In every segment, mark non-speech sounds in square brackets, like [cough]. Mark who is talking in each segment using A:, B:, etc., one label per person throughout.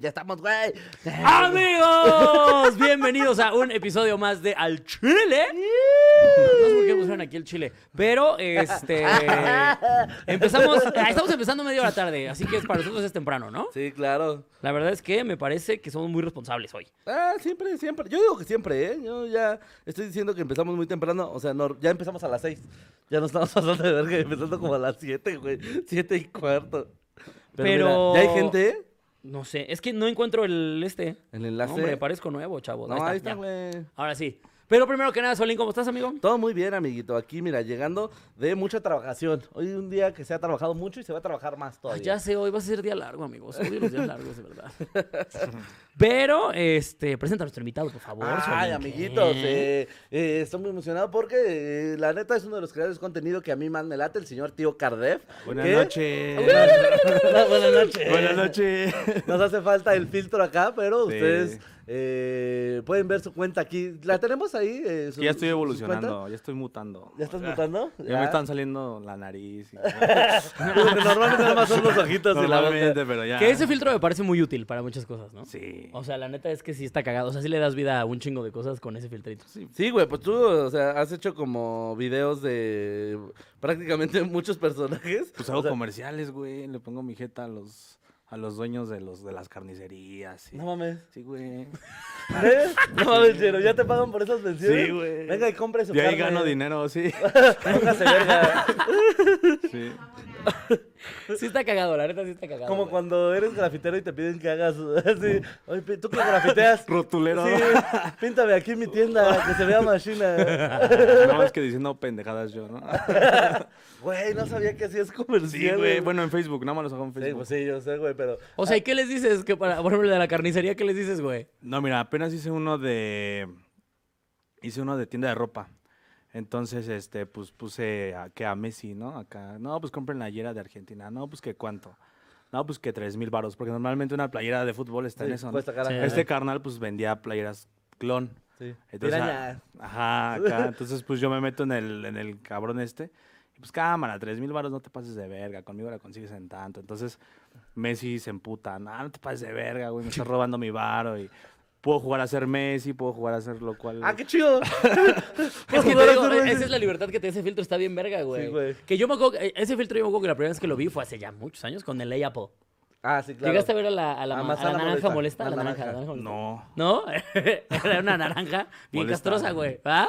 A: Ya estamos, güey.
B: Amigos, bienvenidos a un episodio más de Al Chile. No sé por qué pusieron aquí el Chile, pero este empezamos, ah, estamos empezando media hora tarde, así que para nosotros es temprano, ¿no?
A: Sí, claro.
B: La verdad es que me parece que somos muy responsables hoy.
A: Ah, siempre, siempre. Yo digo que siempre, ¿eh? Yo ya estoy diciendo que empezamos muy temprano. O sea, no, ya empezamos a las seis. Ya nos estamos [laughs] pasando de verga, empezando como a las siete, güey. Siete y cuarto.
B: Pero-
A: mira, ya hay gente, ¿eh?
B: No sé, es que no encuentro el este.
A: El enlace.
B: No, hombre, parezco nuevo, chavo.
A: No, ahí está,
B: ya.
A: güey.
B: Ahora sí. Pero primero que nada, Solín, ¿cómo estás, amigo?
A: Todo muy bien, amiguito. Aquí, mira, llegando de mucha trabajación. Hoy un día que se ha trabajado mucho y se va a trabajar más
B: Ah,
A: todavía.
B: ya sé, hoy va a ser día largo, amigos. Odio los días largos, de
A: [laughs]
B: verdad. Pero, este, presenta a nuestro invitado, por favor.
A: Ay,
B: Solín,
A: amiguitos,
B: ¿qué?
A: eh, eh, estoy muy emocionado porque eh, la neta es uno de los creadores de contenido que a mí más me late, el señor Tío Cardef.
C: Buenas
A: que-
C: noches.
A: Buenas noches.
C: Buenas noches.
A: [laughs] Nos hace falta el filtro acá, pero
C: Sí.
A: ustedes eh, pueden ver su cuenta aquí. ¿La tenemos ahí? eh, su-
C: ya estoy
A: su cuenta?
C: evolucionando, ya estoy mutando.
A: ¿Ya estás mutando? Ah.
C: Ya me están saliendo la nariz.
A: [laughs]
C: y-
A: Porque normalmente nada más son los ojitos y la boca.
C: Normalmente, pero ya.
B: Que ese filtro me parece muy útil para muchas cosas, ¿no?
C: Sí.
B: O sea, la neta es que sí está cagado. O sea, sí le das vida a un chingo de cosas con ese filtrito.
A: Sí, güey, pues tú, o sea, has hecho como videos de prácticamente muchos personajes.
C: Pues
A: O
C: hago
A: sea,
C: comerciales, güey. Le pongo mi jeta a los, a los dueños de, los, de las carnicerías. y-
A: No mames.
C: Sí, güey.
A: ¿Eh? No mames, Chero, ya te pagan por esas menciones.
C: Sí, güey.
A: Venga y compre su
C: Y ahí
A: carne.
C: gano
A: [laughs]
C: dinero, sí.
A: Póngase verga.
C: sí.
B: Sí está cagado, la neta sí está cagado.
A: Como
B: güey.
A: cuando eres grafitero y te piden que hagas [laughs] así. Oye, pi-
B: [laughs]
A: ¿tú qué grafiteas?
C: Rotulero.
A: Sí, píntame aquí
B: [laughs]
A: mi tienda, que se vea machina.
C: Nada más que diciendo pendejadas yo, ¿no?
A: Güey, no sabía que hacías comercial.
C: Sí, güey. Bueno, en Facebook, nada más los hago en
A: Sí,
C: Facebook.
A: pues sí, yo sé, güey, pero...
B: O sea, ¿y qué les dices? Que para, por ejemplo, de la carnicería, ¿qué les dices, güey?
C: No, mira, apenas hice uno de. Hice uno de tienda de ropa. Entonces, este, pues puse a, que a Messi, ¿no? Acá. No, pues compren la playera de Argentina. No, pues que cuánto. No, pues que tres mil varos. Porque normalmente una playera de fútbol está
A: Sí,
C: en eso. ¿no?
A: cuesta cara.
B: Sí.
C: Este carnal, pues vendía playeras clon.
A: Sí.
C: Entonces,
B: ah.
A: Piraña.
C: a- ajá, acá. Entonces, pues yo me meto en el, en el cabrón este. Y pues cámara, tres mil varos, no te pases de verga. Conmigo la consigues en tanto. Entonces, Messi se emputa. No, no te pases de verga, güey. Me estás robando mi varo. Y puedo jugar a ser Messi, puedo jugar a ser lo cual.
A: ¡Ah,
B: [laughs]
A: qué chido!
B: Es que te
A: Jugar a
B: digo,
A: ser Messi.
B: esa es la libertad que te da ese filtro, está bien verga, güey.
A: Sí, güey.
B: Que yo me acuerdo, que- ese filtro yo me acuerdo que la primera vez que lo vi fue hace ya muchos años con el Apple.
A: Ah, sí, claro.
B: ¿Llegaste a ver a la, a la,
A: Ah,
B: ma-
A: más
B: a
A: a
B: la
A: la
B: naranja molesta?
A: molesta, la
B: La naranja,
A: naranja.
B: la naranja
C: No.
B: molesta. ¿No? [laughs] era una naranja bien
C: Molesta.
B: castrosa, güey. ¿Va?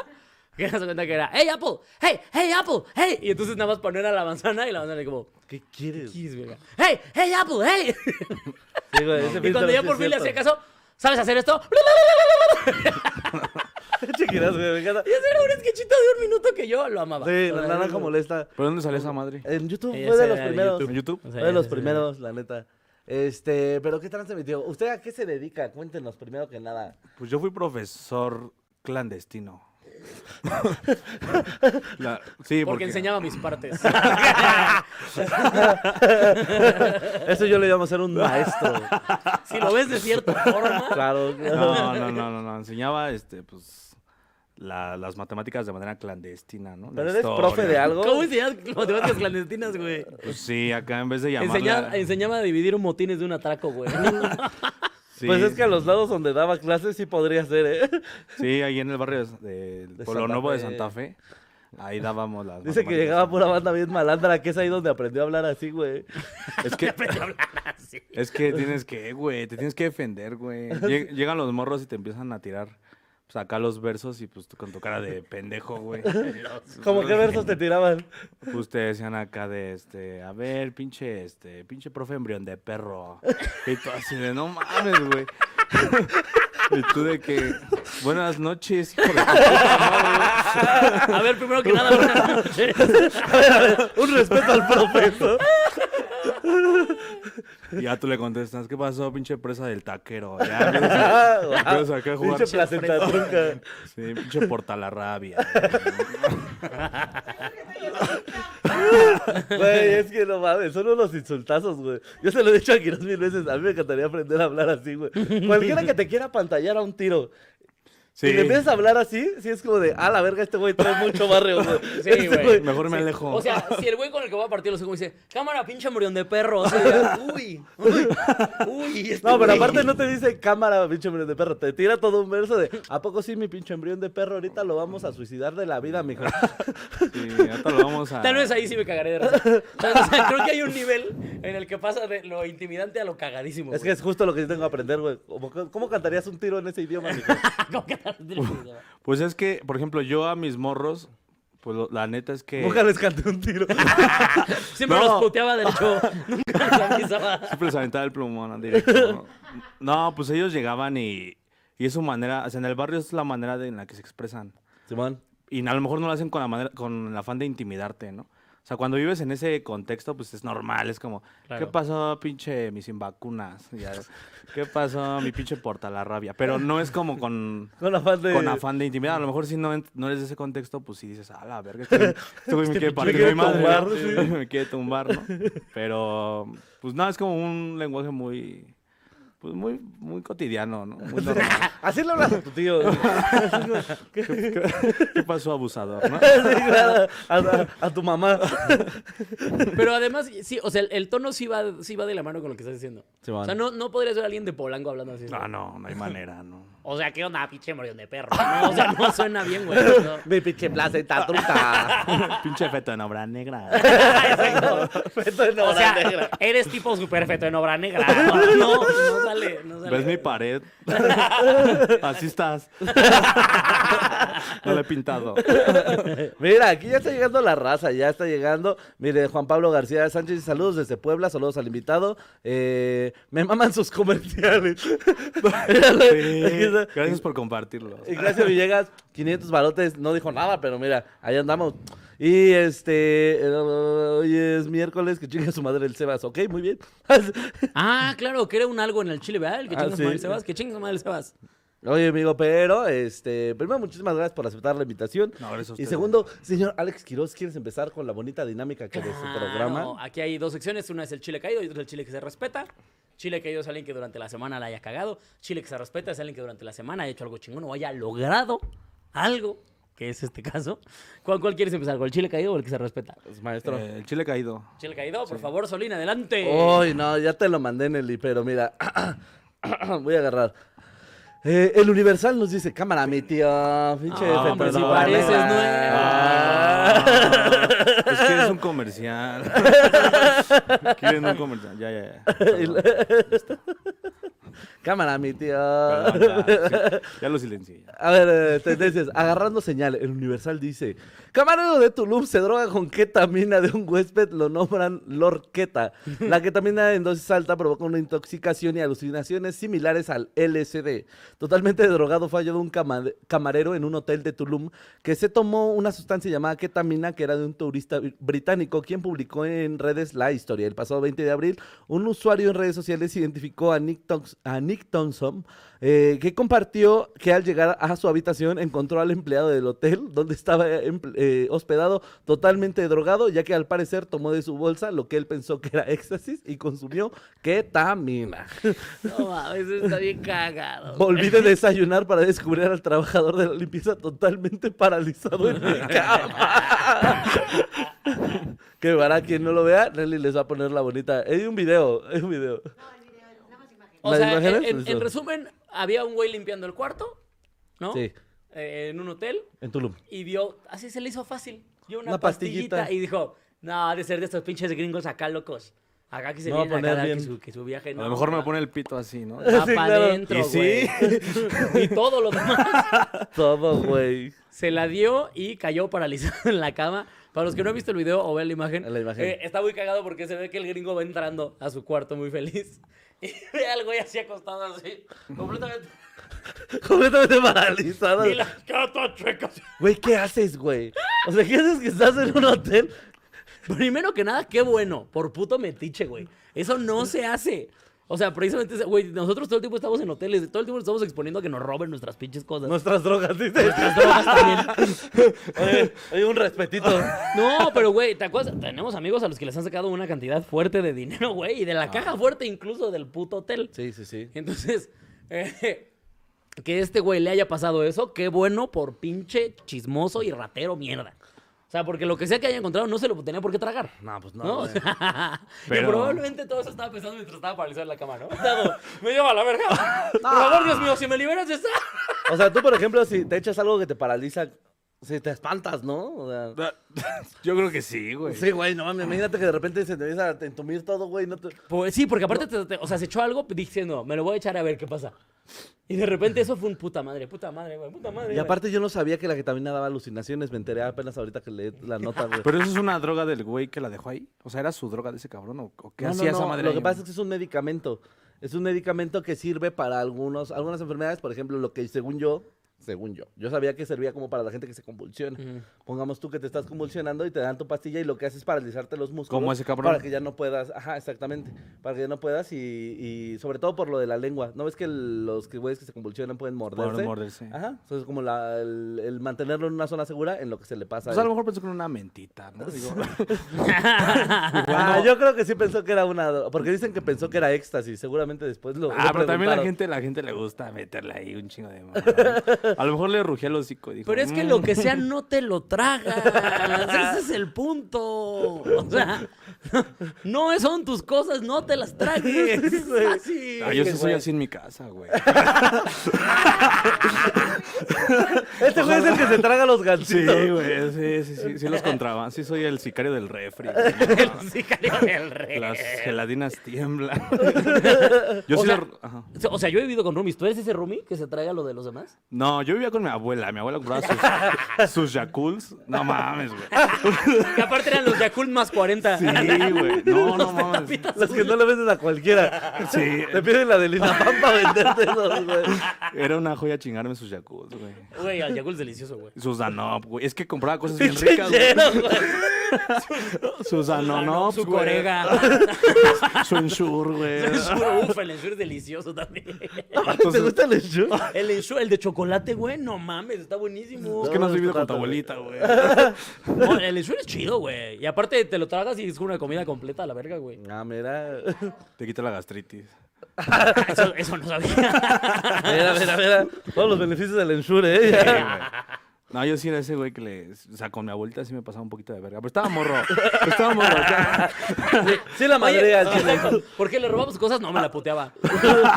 B: Que te das cuenta que era, ¡Hey, Apple! ¡Hey! ¡Hey, Apple! ¡Hey! Y entonces nada más poner a la manzana y la manzana como,
A: ¿Qué quieres?
B: "¿Qué es, verga? ¡Hey! ¡Hey, Apple!
A: [laughs]
B: ¡Hey!
A: Sí, güey, ese
B: y
A: filtro
B: cuando ya
A: sí
B: por
A: es
B: fin le hacía
A: cierto.
B: caso, ¿sabes hacer esto? [laughs]
A: [laughs] Chiquiras, güey, me encanta.
B: Y ese era un sketchito de un minuto que yo lo amaba.
A: Sí,
B: O
A: la
B: sea,
A: naranja molesta.
C: ¿Pero dónde sale esa madre?
A: En YouTube
B: Ella
A: fue de
B: se
A: los
B: era de
A: primeros.
C: ¿En YouTube?
B: O sea,
A: Fue de los
B: ese-
A: primeros, la neta. Este, pero ¿qué trance metió? ¿Usted a qué se dedica? Cuéntenos primero que nada.
C: Pues yo fui profesor clandestino. La- sí, porque,
B: Porque enseñaba mis
A: [laughs]
B: partes.
A: [laughs]
B: [laughs]
A: Eso yo le llamo ser un maestro.
B: si lo ves de cierta forma.
A: [laughs] claro.
C: No,
A: [laughs]
C: no, no, no, no. Enseñaba, este, pues, la- las matemáticas de manera clandestina, ¿no? La
A: ¿Pero eres
C: historia.
A: profe de algo?
B: ¿Cómo enseñas matemáticas clandestinas, güey?
C: Pues sí, acá en vez de llamarla...
B: Enseñaba, enseñaba a dividir un motines de un atraco,
A: [laughs]
B: güey.
C: Sí,
A: Pues es que a los lados donde daba clases sí podría ser, ¿eh?
C: Sí, ahí en el barrio de,
A: De
C: de Pueblo
A: Santa
C: Nuevo de
A: Fe.
C: Santa Fe. Ahí dábamos
A: [laughs]
C: las
A: Dice que
C: matemáticas.
A: llegaba pura banda bien malandra, que es ahí donde aprendió a hablar así, güey.
C: Es
A: [laughs]
C: que,
B: Así.
C: es que tienes que, güey, te tienes que defender, güey. Lleg- Llegan los morros y te empiezan a tirar, pues, acá los versos y, pues, tú con tu cara de pendejo, güey.
A: Como qué versos te tiraban.
C: Pues te decían acá de este, a ver, pinche, este, pinche profe embrión de perro. Y tú así de, no mames, güey. [laughs] Y tú de que, buenas noches, hijo de tu puta
B: A ver, primero que nada, buenas noches.
A: Un respeto al profe, ¿no?
C: Y ya tú le contestas, ¿qué pasó, pinche presa del taquero? Ya, empiezas acá a jugar.
A: Ah, Pinche placenta trunca.
C: Sí, pinche portalarrabia.
A: Güey, es que no mames, son unos insultazos, güey. Yo se lo he dicho aquí dos mil veces. A mí me encantaría aprender a hablar así, [laughs] güey. Cualquiera que te quiera pantallar a un tiro.
C: Sí.
A: Si le empiezas a hablar así, sí es como de, ah, la verga, este güey trae mucho barrio, güey.
B: Sí,
A: Este
B: güey.
C: Mejor me alejo.
B: O sea, si el güey con el que voy a partir los segundos dice, cámara, pinche morión de perro. O sea, uy, uy, uy. este
A: No, pero
B: güey.
A: aparte no te dice cámara, pinche embrión de perro. Te tira todo un verso de, ¿a poco sí, mi pinche embrión de perro? Ahorita lo vamos a suicidar de la vida, mijo.
C: Sí, ahorita lo vamos a...
B: Tal vez ahí sí me cagaré de risa. Tal vez- o sea, creo que hay un nivel en el que pasa de lo intimidante a lo cagadísimo.
A: Es
B: [laughs]
A: que es justo lo que yo tengo que aprender, güey. ¿Cómo, cómo cantarías un tiro en ese idioma,
B: [laughs]
A: mijo?
B: ¿Cómo que tal vez-
C: Pues es que, por ejemplo, yo a mis morros, pues lo- la neta es que...
A: Nunca les canté un tiro.
B: Siempre
C: No.
B: los puteaba del show. [laughs] Nunca los avisaba.
C: Siempre les aventaba el plumón al directo. No, pues ellos llegaban y, y es su manera, o sea, en el barrio es la manera de- en la que se expresan.
A: Simón.
C: Y a lo mejor no lo hacen con la manera, con el afán de intimidarte, ¿no? O sea, cuando vives en ese contexto, pues es normal, es como,
B: Claro.
C: ¿qué pasó, pinche, mi sin vacunas? Ya, ¿Qué pasó, mi pinche porta la rabia? Pero no es como con,
A: Con afán de...
C: con afán de intimidar. A lo mejor si no, ent- no eres de ese contexto, pues sí dices, a la verga, este güey- este [laughs] güey me quiere partir
A: quiere
C: mi madre,
A: tumbar,
C: [laughs] ¿no?
A: sí.
C: me quiere tumbar, ¿no? Pero, pues nada, es como un lenguaje muy, pues muy, muy cotidiano, ¿no? Muy normal. [laughs]
A: Así le hablas a tu tío. güey.
C: ¿Qué pasó, abusador, no?
A: Sí, claro, a, a- a tu mamá.
B: Pero además, sí, o sea, el, el tono sí va, sí va de la mano con lo que estás diciendo.
A: Simón.
B: o sea, no, no podrías ver a alguien de Polanco hablando así.
A: Ah,
C: No, no, no hay manera, [laughs] ¿no?
B: O sea, ¿qué onda, pinche morión de perro? No, o sea, no suena bien,
A: [laughs]
B: güey. no.
A: Mi pinche placenta [laughs] truta.
C: Pinche feto en obra negra.
A: Feto en
B: O
A: obra
B: sea,
A: negra.
B: eres tipo superfeto en obra negra.
A: [laughs]
B: No, no sale, no sale.
C: ¿Ves mi [laughs] pared? Así [laughs] estás. No lo he [laughs] pintado.
A: [laughs] Mira, aquí ya está llegando la raza, ya está llegando. Mire, Juan Pablo García Sánchez, saludos desde Puebla, saludos al invitado. Eh, me maman sus comerciales. [laughs]
C: Sí,
A: Aquí está.
C: Gracias por compartirlo.
A: Ignacio Villegas, 500 barotes, no dijo nada, pero mira, ahí andamos. Y este, eh, hoy es miércoles, que chinga su madre el Sebas, ok, muy bien. [laughs]
B: Ah, claro, que era un algo en el chile, ¿verdad? El que
A: Ah,
B: chingas
A: sí.
B: madre el Sebas, que chingas madre el Sebas.
A: Oye, amigo, pero, este, primero, muchísimas gracias por aceptar la invitación.
C: No, gracias a
A: y
C: ustedes.
A: segundo, señor Alex Quiroz, ¿quieres empezar con la bonita dinámica que de su
B: Claro,
A: programa?
B: Ah, Aquí hay dos secciones, una es el chile caído y otra es el chile que se respeta. Chile caído es alguien que durante la semana la haya cagado. Chile que se respeta es alguien que durante la semana haya hecho algo chingón o haya logrado algo, que es este caso. ¿Cuál, cuál quieres empezar? ¿Con el chile caído o el que se respeta?
A: Pues, Maestro.
C: Eh, el chile caído.
B: Chile caído, por favor, Solín, adelante.
A: Ay, no, ya te lo mandé, Nelly, pero mira, [clears throat] voy a agarrar. Eh, el Universal nos dice, cámara, mi tío, pinche
B: Ah,
A: F,
B: hombre, si
A: perdón,
B: pareces
A: mira".
B: nuevo.
C: Ah, es que es un comercial. Quieren un comercial. Ya, ya, ya. Perdón,
A: [laughs] Cámara, mi tío.
C: perdón, ya, sí, ya lo silencié. ya.
A: A ver, eh, tendencias. Agarrando señal, el Universal dice: Camarero de Tulum se droga con ketamina de un huésped, lo nombran Lord Keta. La ketamina en dosis alta provoca una intoxicación y alucinaciones similares al LSD. Totalmente drogado fue hallado un cama- camarero en un hotel de Tulum que se tomó una sustancia llamada ketamina que era de un turista br- británico quien publicó en redes la historia. El pasado 20 de abril, un usuario en redes sociales identificó a Nick, Thompson, a Nick Thompson, eh, que compartió que al llegar a su habitación encontró al empleado del hotel donde estaba empl- eh, hospedado totalmente drogado, ya que al parecer tomó de su bolsa lo que él pensó que era éxtasis y consumió ketamina.
B: [laughs] No mames, está bien cagado.
A: Volví de desayunar para descubrir al trabajador de la limpieza totalmente paralizado en
B: [laughs]
A: mi cama. que para quien no lo vea, Nelly les va a poner la bonita. Es un video, es un video.
B: [laughs] O
A: ¿Las
B: sea, en,
A: imágenes?
B: en-
A: Listo.
B: en resumen, había un güey limpiando el cuarto, ¿no?
A: Sí,
B: Eh, en un hotel
A: en Tulum.
B: y vio, así se le hizo fácil, vio una,
A: Una
B: pastillita,
A: pastillita.
B: y dijo, no, ha de ser de estos pinches gringos acá locos. Acá que se
A: Me voy a
B: vienen a
A: poner
B: cada que
A: bien.
B: su, que su viaje
C: A
B: no,
C: lo mejor me
B: va-
C: pone el pito así, ¿no?
B: Va
A: [laughs] Sí,
B: pa'
A: claro.
B: adentro,
C: Y sí.
B: güey. Y todo lo demás.
A: Todo, güey.
B: Se la dio y cayó paralizado [laughs] en la cama. Para los que no han visto el video o vean la imagen,
A: La imagen.
B: eh, está muy cagado porque se ve que el gringo va entrando a su cuarto muy feliz. [laughs] Y ve al güey así acostado así, completamente.
A: [laughs] Completamente paralizado.
B: y la cara toda chueca. así.
A: Güey, ¿qué haces, güey? O sea, ¿qué haces que estás en un hotel?
B: Primero que nada, qué bueno, por puto metiche, güey. Eso no se hace. O sea, precisamente, ese- güey, nosotros todo el tiempo estamos en hoteles, todo el tiempo nos estamos exponiendo a que nos roben nuestras pinches cosas.
A: Nuestras drogas, dice. oye, oye, un respetito.
B: No, pero güey, ¿te acuerdas? Tenemos amigos a los que les han sacado una cantidad fuerte de dinero, güey, y de la caja fuerte incluso del puto hotel.
A: [laughs] Ah. Sí, sí, sí.
B: Entonces, eh, que este güey le haya pasado eso, qué bueno por pinche chismoso y ratero mierda. O sea, porque lo que sea que haya encontrado no se lo tenía por qué tragar.
A: No, pues no.
B: No, [laughs]
A: güey.
B: pero...
C: Pero-
B: probablemente todo eso estaba pensando mientras estaba paralizado en la cama, ¿no? Dado, me lleva a la
A: [laughs]
B: verga. Por favor, Dios mío, si me liberas de esa.
A: O sea, tú, por ejemplo, si te echas algo que te paraliza, si te espantas, ¿no? O sea,
C: [laughs] Yo creo que sí, güey.
A: sí, güey, no mames. Imagínate que de repente se te empieza a entumir todo, güey. No te...
B: Pues sí, porque aparte, te- te- o sea, se echó algo diciendo, me lo voy a echar a ver qué pasa. Y de repente eso fue un puta madre, puta madre, güey, puta madre.
A: Y
B: güey.
A: aparte yo no sabía que la ketamina daba alucinaciones. Me enteré apenas ahorita que leí la nota, güey.
C: Pero eso es una droga del güey que la dejó ahí. O sea, ¿era su droga de ese cabrón o, o qué
A: No, no,
C: hacía esa
A: no,
C: madre?
A: Lo
C: ahí,
A: que pasa es
C: güey?
A: que es un medicamento. Es un medicamento que sirve para algunos, algunas enfermedades, por ejemplo, lo que según yo, según yo, yo sabía que servía como para la gente que se convulsiona. Pongamos tú que te estás convulsionando y te dan tu pastilla y lo que hace es paralizarte los músculos.
C: Como ese cabrón.
A: Para que ya no puedas, ajá, exactamente. Para que ya no puedas y, y sobre todo por lo de la lengua. ¿No ves que el- los que güeyes que se convulsionan pueden morderse? Ah,
C: morderse.
A: Ajá. Entonces como la- el, el mantenerlo en una zona segura en lo que se le pasa.
C: Pues a lo mejor pensó con una mentita,
A: [laughs]
C: ¿no? Digo,
A: Ah, yo creo que sí pensó que era una dro- porque dicen que pensó que era éxtasis, seguramente después lo
C: [laughs] ah,
A: lo
C: pero también la
A: preguntaron.
C: gente, la gente le gusta meterle ahí un chingo de mamada. A lo mejor le rugía el hocico.
B: [laughs]
C: Dijo,
B: Pero es que
C: "Mm,
B: lo que sea no te lo
C: [laughs]
B: tragas. Ese es el punto. O sea, no son tus cosas, no te las
C: [laughs]
B: tragues. Es fácil.
C: ah, yo
A: que,
C: sí soy
A: güey.
C: así en mi casa, güey.
A: Este güey es el que se traga los
C: Sí,
A: gansitos.
C: güey, sí, sí, sí, sí los contraban. Sí soy el sicario del refri. güey.
B: [laughs] El
C: [laughs]
B: sicario del rey.
C: Las geladinas tiemblan. Yo
B: O
C: sí
B: sea-
C: la- ajá.
B: O sea, yo he vivido con roomies. ¿Tú eres ese roomie que se traiga lo de los
C: [laughs]
B: demás?
C: No, yo vivía con mi abuela. Mi abuela compraba sus, sus Yakults. No mames, güey.
B: Que aparte eran los Yakult más 40.
C: Sí, güey. No, no mames.
A: [laughs] Los que no le venden a cualquiera.
C: Sí, Ah,
A: Te piden la de Lina Pampa venderte esos, güey.
C: era una joya chingarme sus Yakults, güey.
B: Güey, el Yakult es delicioso, güey.
C: Sus Danop, güey. Es que compraba cosas bien
A: Pinche
C: ricas, güey.
A: lleno, güey.
C: Sus Danop,
B: Ah, su
C: pues, güey.
B: corega.
C: Su Ensure, güey.
B: [laughs] Uf, el ensure es delicioso también.
A: ¿Te
C: Entonces-
A: gusta el show?
B: El ensure, el de chocolate, güey, no mames, está buenísimo.
C: Es que no has
A: No,
C: vivido
A: está
C: con tu
A: tan-
C: abuelita, güey.
B: No, el ensure es chido, güey. Y aparte te lo tragas y es como una comida completa a la verga, güey.
A: Ah, mira.
C: Te quita la gastritis.
B: Eso, eso no sabía.
A: Mira, mira, mira. Todos los beneficios del ensure, eh. Ya.
C: [laughs] No, yo sí era ese güey que le... O sea, con mi abuelita sí me pasaba un poquito de verga. Pero estaba morro. Estaba morro.
A: [laughs]
C: ya.
A: Sí la
B: Oye,
A: madrea, al chile.
B: exacto, porque le robamos cosas, no me la puteaba.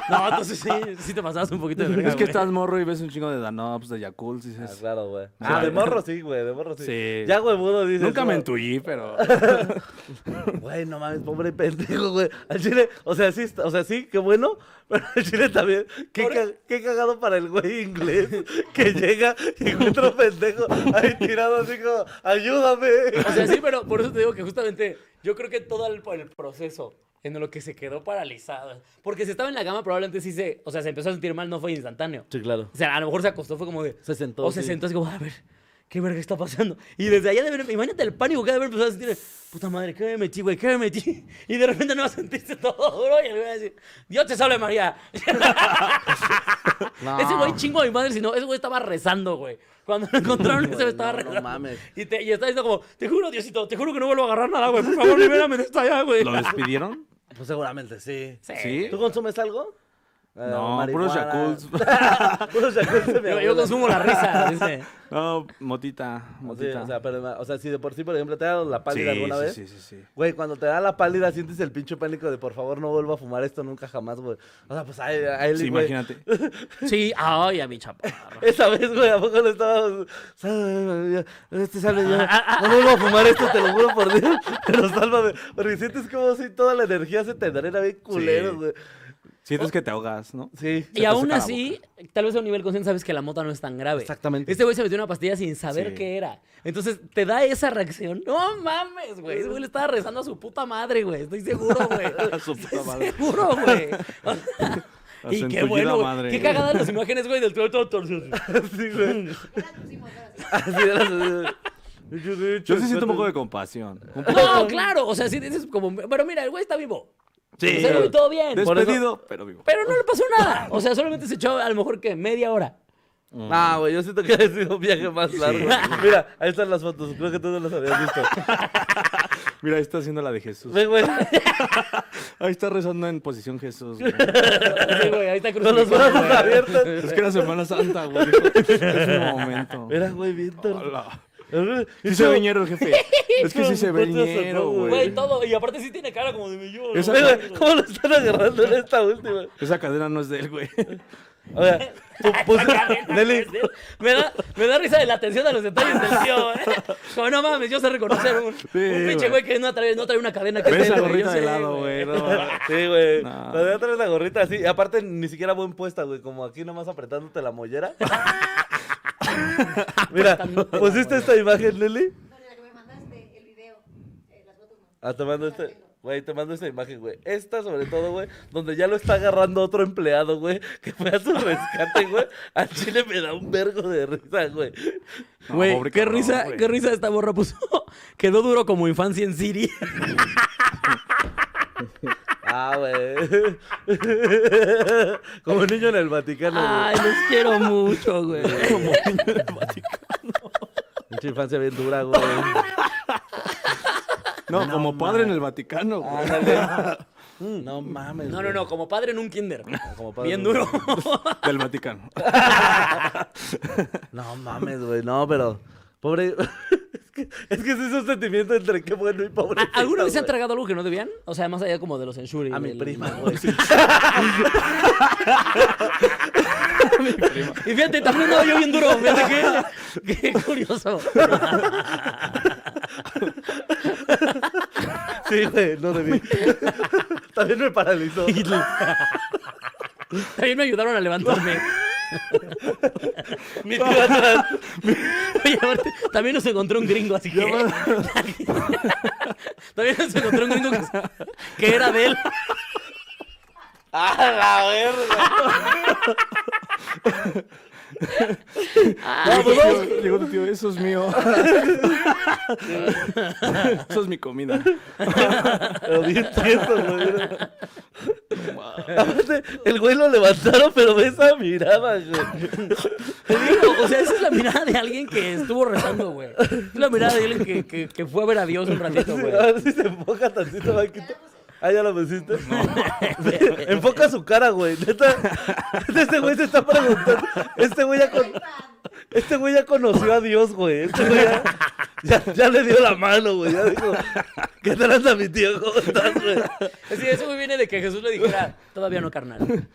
B: No, entonces sí, sí te pasabas un poquito de verga.
C: Es que
B: güey.
C: estás morro y ves un chingo de Danops, de Yakults y dices...
A: Ah, claro, güey. Ah,
C: Sí.
A: de morro sí, güey, de morro sí.
C: Sí.
A: Ya huevudo dices. "Oh".
C: Nunca me
A: güey.
C: entullí,
A: [laughs]
C: pero...
A: Güey, no mames, pobre pendejo, güey. Al chile, o sea, sí, está- o sea, sí, qué bueno, pero al chile también, qué,
B: Pobre-
A: ca- qué cagado para el güey inglés que llega y encuentra un pendejo ahí tirado así como, ayúdame.
B: O sea, sí, pero por eso te digo que justamente yo creo que todo el, el proceso en lo que se quedó paralizado. Porque si estaba en la cama, probablemente sí se. O sea, se empezó a sentir mal, no fue instantáneo.
A: Sí, claro.
B: O sea, a lo mejor se acostó, fue como de.
A: Se sentó,
B: O se
A: sí.
B: sentó, así como, a ver, qué verga está pasando. Y desde allá de ver, imagínate el pánico que ha de haber empezado a sentir. Puta madre, ¿qué me metí, güey? ¿Qué me metí? Y de repente no va a sentirse todo duro y le voy a decir, Dios te salve
A: [laughs]
B: María. Ese güey chingo a mi madre, si no, ese güey estaba rezando, güey. Cuando lo encontraron, ese güey estaba
A: no, no
B: rezando.
A: mames.
B: Y, te, y está diciendo como, te juro, Diosito, te juro que no vuelvo a agarrar nada, güey. Por favor, libérame de esta ya, güey.
C: ¿Lo despidieron?
A: Pues seguramente sí.
C: ¿Sí?
A: ¿Tú consumes algo? Eh,
C: No, puros
A: marihuana.
C: Yakults.
A: [laughs] puros Yakults de
B: [laughs] Yo,
A: mi
B: yo
A: abuela.
B: consumo la risa, dice.
C: [laughs] No, motita,
A: O sea,
C: motita.
A: o, sea, pero, o sea, si de por sí, por ejemplo, te ha dado la pálida alguna
C: sí,
A: vez.
C: sí, sí, sí.
A: Güey, cuando te da la pálida sientes el pinche pánico de por favor no vuelvo a fumar esto nunca jamás, güey. O sea, pues a, a él, "Oh".
C: Sí,
A: güey,
C: imagínate.
B: Sí, ay, a mi chaparro.
A: Esa vez, güey, ¿a poco no estábamos? Sálvame, María, este sale ya. No vuelvo a fumar esto, te lo juro por Dios. Pero sálvame. Porque sientes como si toda la energía se te drena bien culero,
C: Sí.
A: güey.
C: Sientes que te ahogas, ¿no?
A: Sí.
B: Y
A: [laughs]
C: te
B: aún
C: seca la
B: así, tal vez a un nivel consciente sabes que la mota no es tan grave.
A: Exactamente.
B: Este güey se metió una pastilla sin saber
C: Sí.
B: qué era. Entonces, te da esa reacción. No mames, güey. Ese güey le estaba rezando a su puta madre, güey. Estoy seguro, güey.
C: [laughs] A su puta
B: Estoy
C: madre.
B: Seguro, güey.
C: [laughs] A
B: y
C: su
B: qué
C: entullida
B: bueno, güey.
C: madre,
B: Qué
C: güey.
B: cagadas
C: [laughs]
B: las imágenes, güey, del todo todo torcido.
A: Sí, güey. Así era. su-
C: Yo sí siento un poco
A: [laughs]
C: de compasión. Un poco-
B: No, claro. O sea, sí dices como. Pero mira, el güey está vivo. O sea, el güey todo bien.
A: Por eso-
C: Despedido, pero vivo.
B: Pero no le pasó nada. O sea, solamente se echó a lo mejor que media hora.
A: Ah, güey, yo siento que ha sido un viaje más largo. Mira, ahí están las fotos. Creo que tú no las habías
C: [laughs]
A: visto.
C: Mira, ahí está haciendo la de Jesús.
A: Ve, güey.
C: Ahí está rezando en posición Jesús. güey.
B: Sí, güey, ahí está
A: Con los
B: crucificado,
A: brazos
B: güey.
A: abiertos.
C: Es que era Semana Santa, güey. [laughs] dijo, Es un momento.
A: Mira, güey, Víctor.
C: Hola. Sí
A: Y
C: se
A: [laughs]
C: ve ñero, jefe. Es que sí se ve
A: Encuentras a
C: ñero,
A: todo, güey.
B: Güey, ¿eh?
C: güey.
B: todo. Y aparte sí tiene cara como de millón. ¿no?
C: Esa-
A: Ve, güey, ¿Cómo lo están agarrando en esta última?
C: Esa cadena no es de él, güey.
A: O sea,
B: [laughs]
A: pu- puso- Nelly,
B: ¿eh?". Me da, me da risa de la atención a los detalles del tío, ¿eh? Como, no mames, yo sé reconocer un, un pinche
C: güey.
B: güey que no trae, no trae una cadena que
C: Ve esa
B: tenga, güey, yo
C: gorrita de
B: sé,
C: lado, güey. no.
A: [laughs] Sí, güey.
C: No.
A: La de atrás la gorrita así. Y aparte, ni siquiera buen puesta, güey. Como aquí nomás apretándote
B: [laughs]
A: la mollera. Mira,
B: Apretándote la
A: ¿pusiste esta imagen, Lili?
D: No, la que me mandaste, el video, eh, las fotos no.
A: Ah, te mando este. Güey, te mando esta imagen, güey. Esta, sobre todo, güey, donde ya lo está agarrando otro empleado, güey, que fue a su rescate, güey. Al chile me da un vergo de risa, güey.
C: No,
B: Güey,
C: pobre
B: qué
C: cabrón,
B: risa,
C: güey.
B: qué risa esta borra puso. [laughs] Quedó duro como infancia en Siri.
A: Ah, güey. [laughs] Como niño en el Vaticano,
B: [laughs]
A: güey.
B: Ay, los quiero mucho, güey.
A: Mucha infancia bien dura, güey.
C: No, como padre en el Vaticano, güey.
A: Mm. No mames.
B: No, no, no, como padre en un kinder.
A: Como padre
B: Bien
A: de-
B: duro. [laughs]
C: Del Vaticano.
A: No mames, güey, no, pero. Pobre. [laughs] es, que, es que sí es un sentimiento entre qué bueno y pobre.
B: ¿Alguna vez se han
A: güey.
B: tragado algo que no debían? O sea, más allá como de los enshuri.
A: A mi
B: del-
A: prima, güey.
B: Y fíjate, también no, yo bien duro. Fíjate qué, [laughs] qué curioso.
A: [laughs] Sí, güey, no debí. [laughs] También me paralizó.
B: También me ayudaron a
C: [laughs]
B: levantarme.
A: Mi tía atrás.
B: Oye, aparte, también nos encontró un gringo, así que. también nos encontró un gringo que, que era de él.
A: ¡A la verga!
C: [laughs]
B: Ay,
C: Llegó tu tío- Llegó tu tío, eso es mío. Eso es mi comida.
A: Pero bien tieso, güey. mira. Aparte, el güey lo levantaron, pero ve esa mirada, güey.
B: te digo, o sea, esa es la mirada de alguien que estuvo rezando, güey. Es la mirada de alguien que, que, que fue a ver a Dios un ratito,
C: [laughs]
B: güey.
A: A ver si Ah, se enfoca [laughs] tantito, Maquito. Ah, ya lo pusiste. [laughs] Enfoca su cara, güey. Neta, [laughs] este güey se está preguntando. Este güey ya con. Este güey ya conoció a Dios, güey. Este güey ya, ya- ya le dio la mano, güey. Ya dijo, ¿qué tranza mi tío? ¿Cómo estás, güey?
B: Sí, eso muy viene de que Jesús le dijera, todavía no, carnal.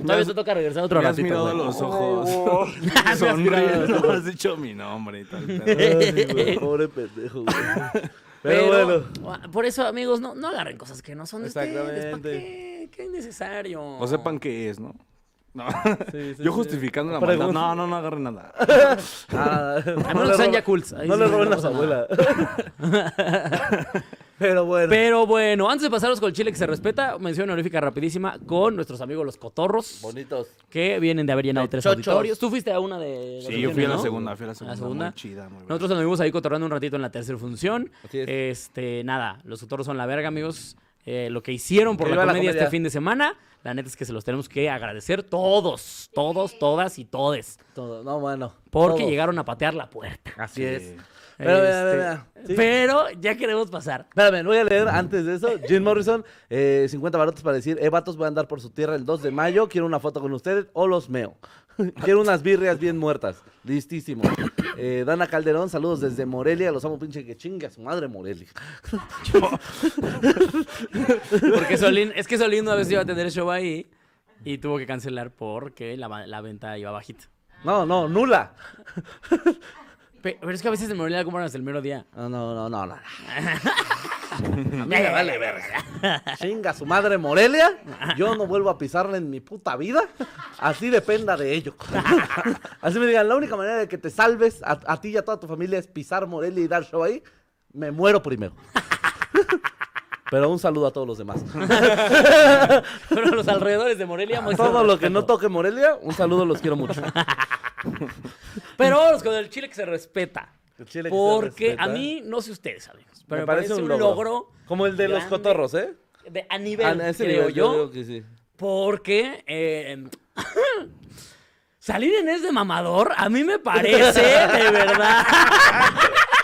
B: Todavía te toca regresar otro
C: Me has
B: ratito,
C: mirado a
B: güey".
C: los ojos. [laughs]
B: has
C: Sonríes,
B: mirado.
C: no has dicho mi nombre y tal.
B: [laughs]
C: pedo.
A: Ay, güey, pobre pendejo, güey. Pero, bueno.
B: ah, Por eso, amigos, no, no agarren cosas que no son de ustedes. ¿Para
A: Exactamente.
B: qué? Qué innecesario.
C: O sepan qué es, ¿no? No.
A: Sí, sí,
C: Yo
A: sí.
C: justificando la
A: Pregunta.
C: maldad. No, no, no agarren nada.
A: Ah, no
B: menos
A: le
B: que sean
A: roben-
B: Yakults, ahí
A: No
B: sí
A: le
B: no
A: roben a su
B: pasa
A: abuela. [laughs]
B: [laughs]
A: Pero bueno.
B: Pero bueno, antes de pasaros con el chile que se respeta, mención honorífica rapidísima con nuestros amigos los cotorros.
A: Bonitos.
B: Que vienen de haber llenado tres
A: Chochos.
B: auditorios. Tú fuiste a una de.
C: Sí, yo fui a la
B: ¿no?
C: segunda, fui a la segunda. Muy chida, muy buena.
B: Nosotros anduvimos ahí cotorreando un ratito en la tercera función.
A: Así es.
B: Este, nada, los cotorros son la verga, amigos. Eh, lo que hicieron por
A: Que
B: la
A: viva la
B: comedia, este
A: comedia.
B: fin de semana, la neta es que se los tenemos que agradecer todos, todos, todas y todes.
A: Todo. No, bueno.
B: Porque
A: todo.
B: llegaron a patear la puerta.
A: Así
C: Sí.
A: es. Pero, mira, mira,
B: Este,
A: mira. Sí.
B: pero ya queremos pasar.
A: Espérame, voy a leer antes de eso. Jim Morrison, eh, 50 barotes para decir, eh, vatos, voy a andar por su tierra el 2 de mayo, quiero una foto con ustedes o los meo. [laughs] quiero unas birrias bien muertas. Listísimo. Eh, Dana Calderón, saludos desde Morelia, los amo pinche que chinga su madre Morelia.
B: Porque Solín, es que Solín una vez iba a tener show ahí y tuvo que cancelar porque la, va- la venta iba bajita.
A: No, no, nula.
B: Pe- Pero es que a veces en Morelia la compran hasta el mero día.
A: No, no, no, no, no. A
B: Eh.
A: mí me vale verga. [laughs] Chinga su madre Morelia. Yo no vuelvo a pisarla en mi puta vida. Así dependa de ello. [laughs] Así me digan, la única manera de que te salves a, a ti y a toda tu familia es pisar Morelia y dar show ahí. Me muero primero. [laughs] Pero un saludo a todos los demás.
B: Pero los alrededores de Morelia... muestran
A: Todo lo que no
B: respeto.
A: toque [laughs] Morelia, un saludo, los quiero mucho.
B: Pero vámonos con el chile que se respeta.
A: El chile que se
B: Porque
A: respeta.
B: a mí, no sé ustedes, amigos, pero
A: me parece, un logro.
B: logro
A: Como el de los
B: grande.
A: cotorros, ¿eh?
B: de- a nivel,
A: Ah, ese
B: creo
A: nivel,
B: yo,
A: digo que sí.
B: porque eh, [clears throat] salir en es de mamador, a mí me parece, de verdad, [laughs]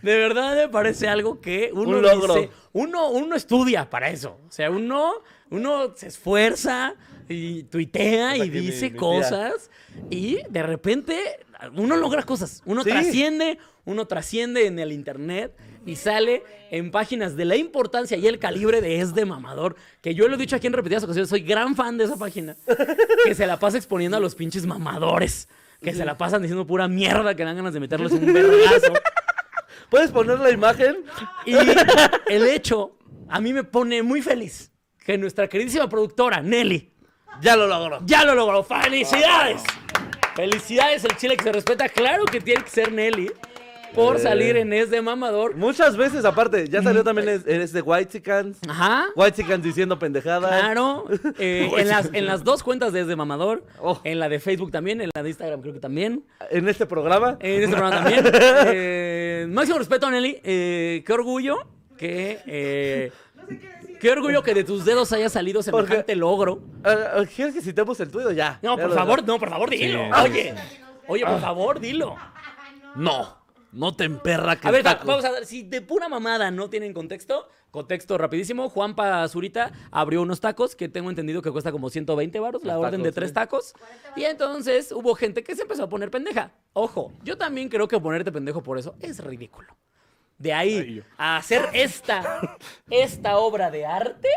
B: de verdad me parece algo que uno
A: Un logro.
B: dice- uno, uno estudia para eso, o sea, uno, uno se esfuerza y tuitea
A: Esa
B: y
A: que mi-
B: dice
A: mi tía.
B: cosas y de repente uno logra cosas, uno
A: Sí.
B: trasciende, uno trasciende en el internet y sale en páginas de la importancia y el calibre de es de mamador, que yo lo he dicho aquí en repetidas ocasiones, soy gran fan de esa página, que se la pasa exponiendo a los pinches mamadores, que se la pasan diciendo pura mierda que dan ganas de meterles un vergazo.
A: ¿Puedes poner la imagen?
B: Y el hecho a mí me pone muy feliz que nuestra queridísima productora, Nelly,
A: Ya lo logró.
B: ya lo logró. ¡Felicidades! ¡Felicidades! El chile que se respeta. Claro que tiene que ser Nelly ¿eh? por salir en Es de Mamador.
A: Muchas veces, aparte, ya salió también es, eres de White Chickens.
B: Ajá.
A: White Chickens diciendo pendejadas.
B: Claro, eh, en, las, en las dos cuentas de Es de Mamador,
A: Oh.
B: en la de Facebook también, en la de Instagram creo que también,
A: En este programa.
B: en este
A: [laughs]
B: programa también. Eh, máximo respeto, Nelly, eh, qué orgullo que... eh, qué orgullo que de tus dedos haya salido
A: Porque-
B: semejante logro.
A: Ah, ah, ¿Quieres que citemos el tuyo ya?
B: No,
A: Ya
B: por
A: lo- Ah.
B: favor, no, por favor, dilo.
C: sí,
B: Oye, oye, por favor, dilo.
A: No. No te emperra que
B: A ver, va-
A: taco.
B: vamos a ver, si de pura mamada no tienen contexto, contexto rapidísimo, Juanpa Zurita abrió unos tacos que tengo entendido que cuesta como 120 varos, la
A: Los
B: orden de
A: tacos,
B: tres
A: sí.
B: tacos, y entonces hubo gente que se empezó a poner pendeja. Ojo, yo también creo que ponerte pendejo por eso es ridículo. De
C: Ay,
B: ahí
C: yo.
B: a hacer esta, esta obra de arte,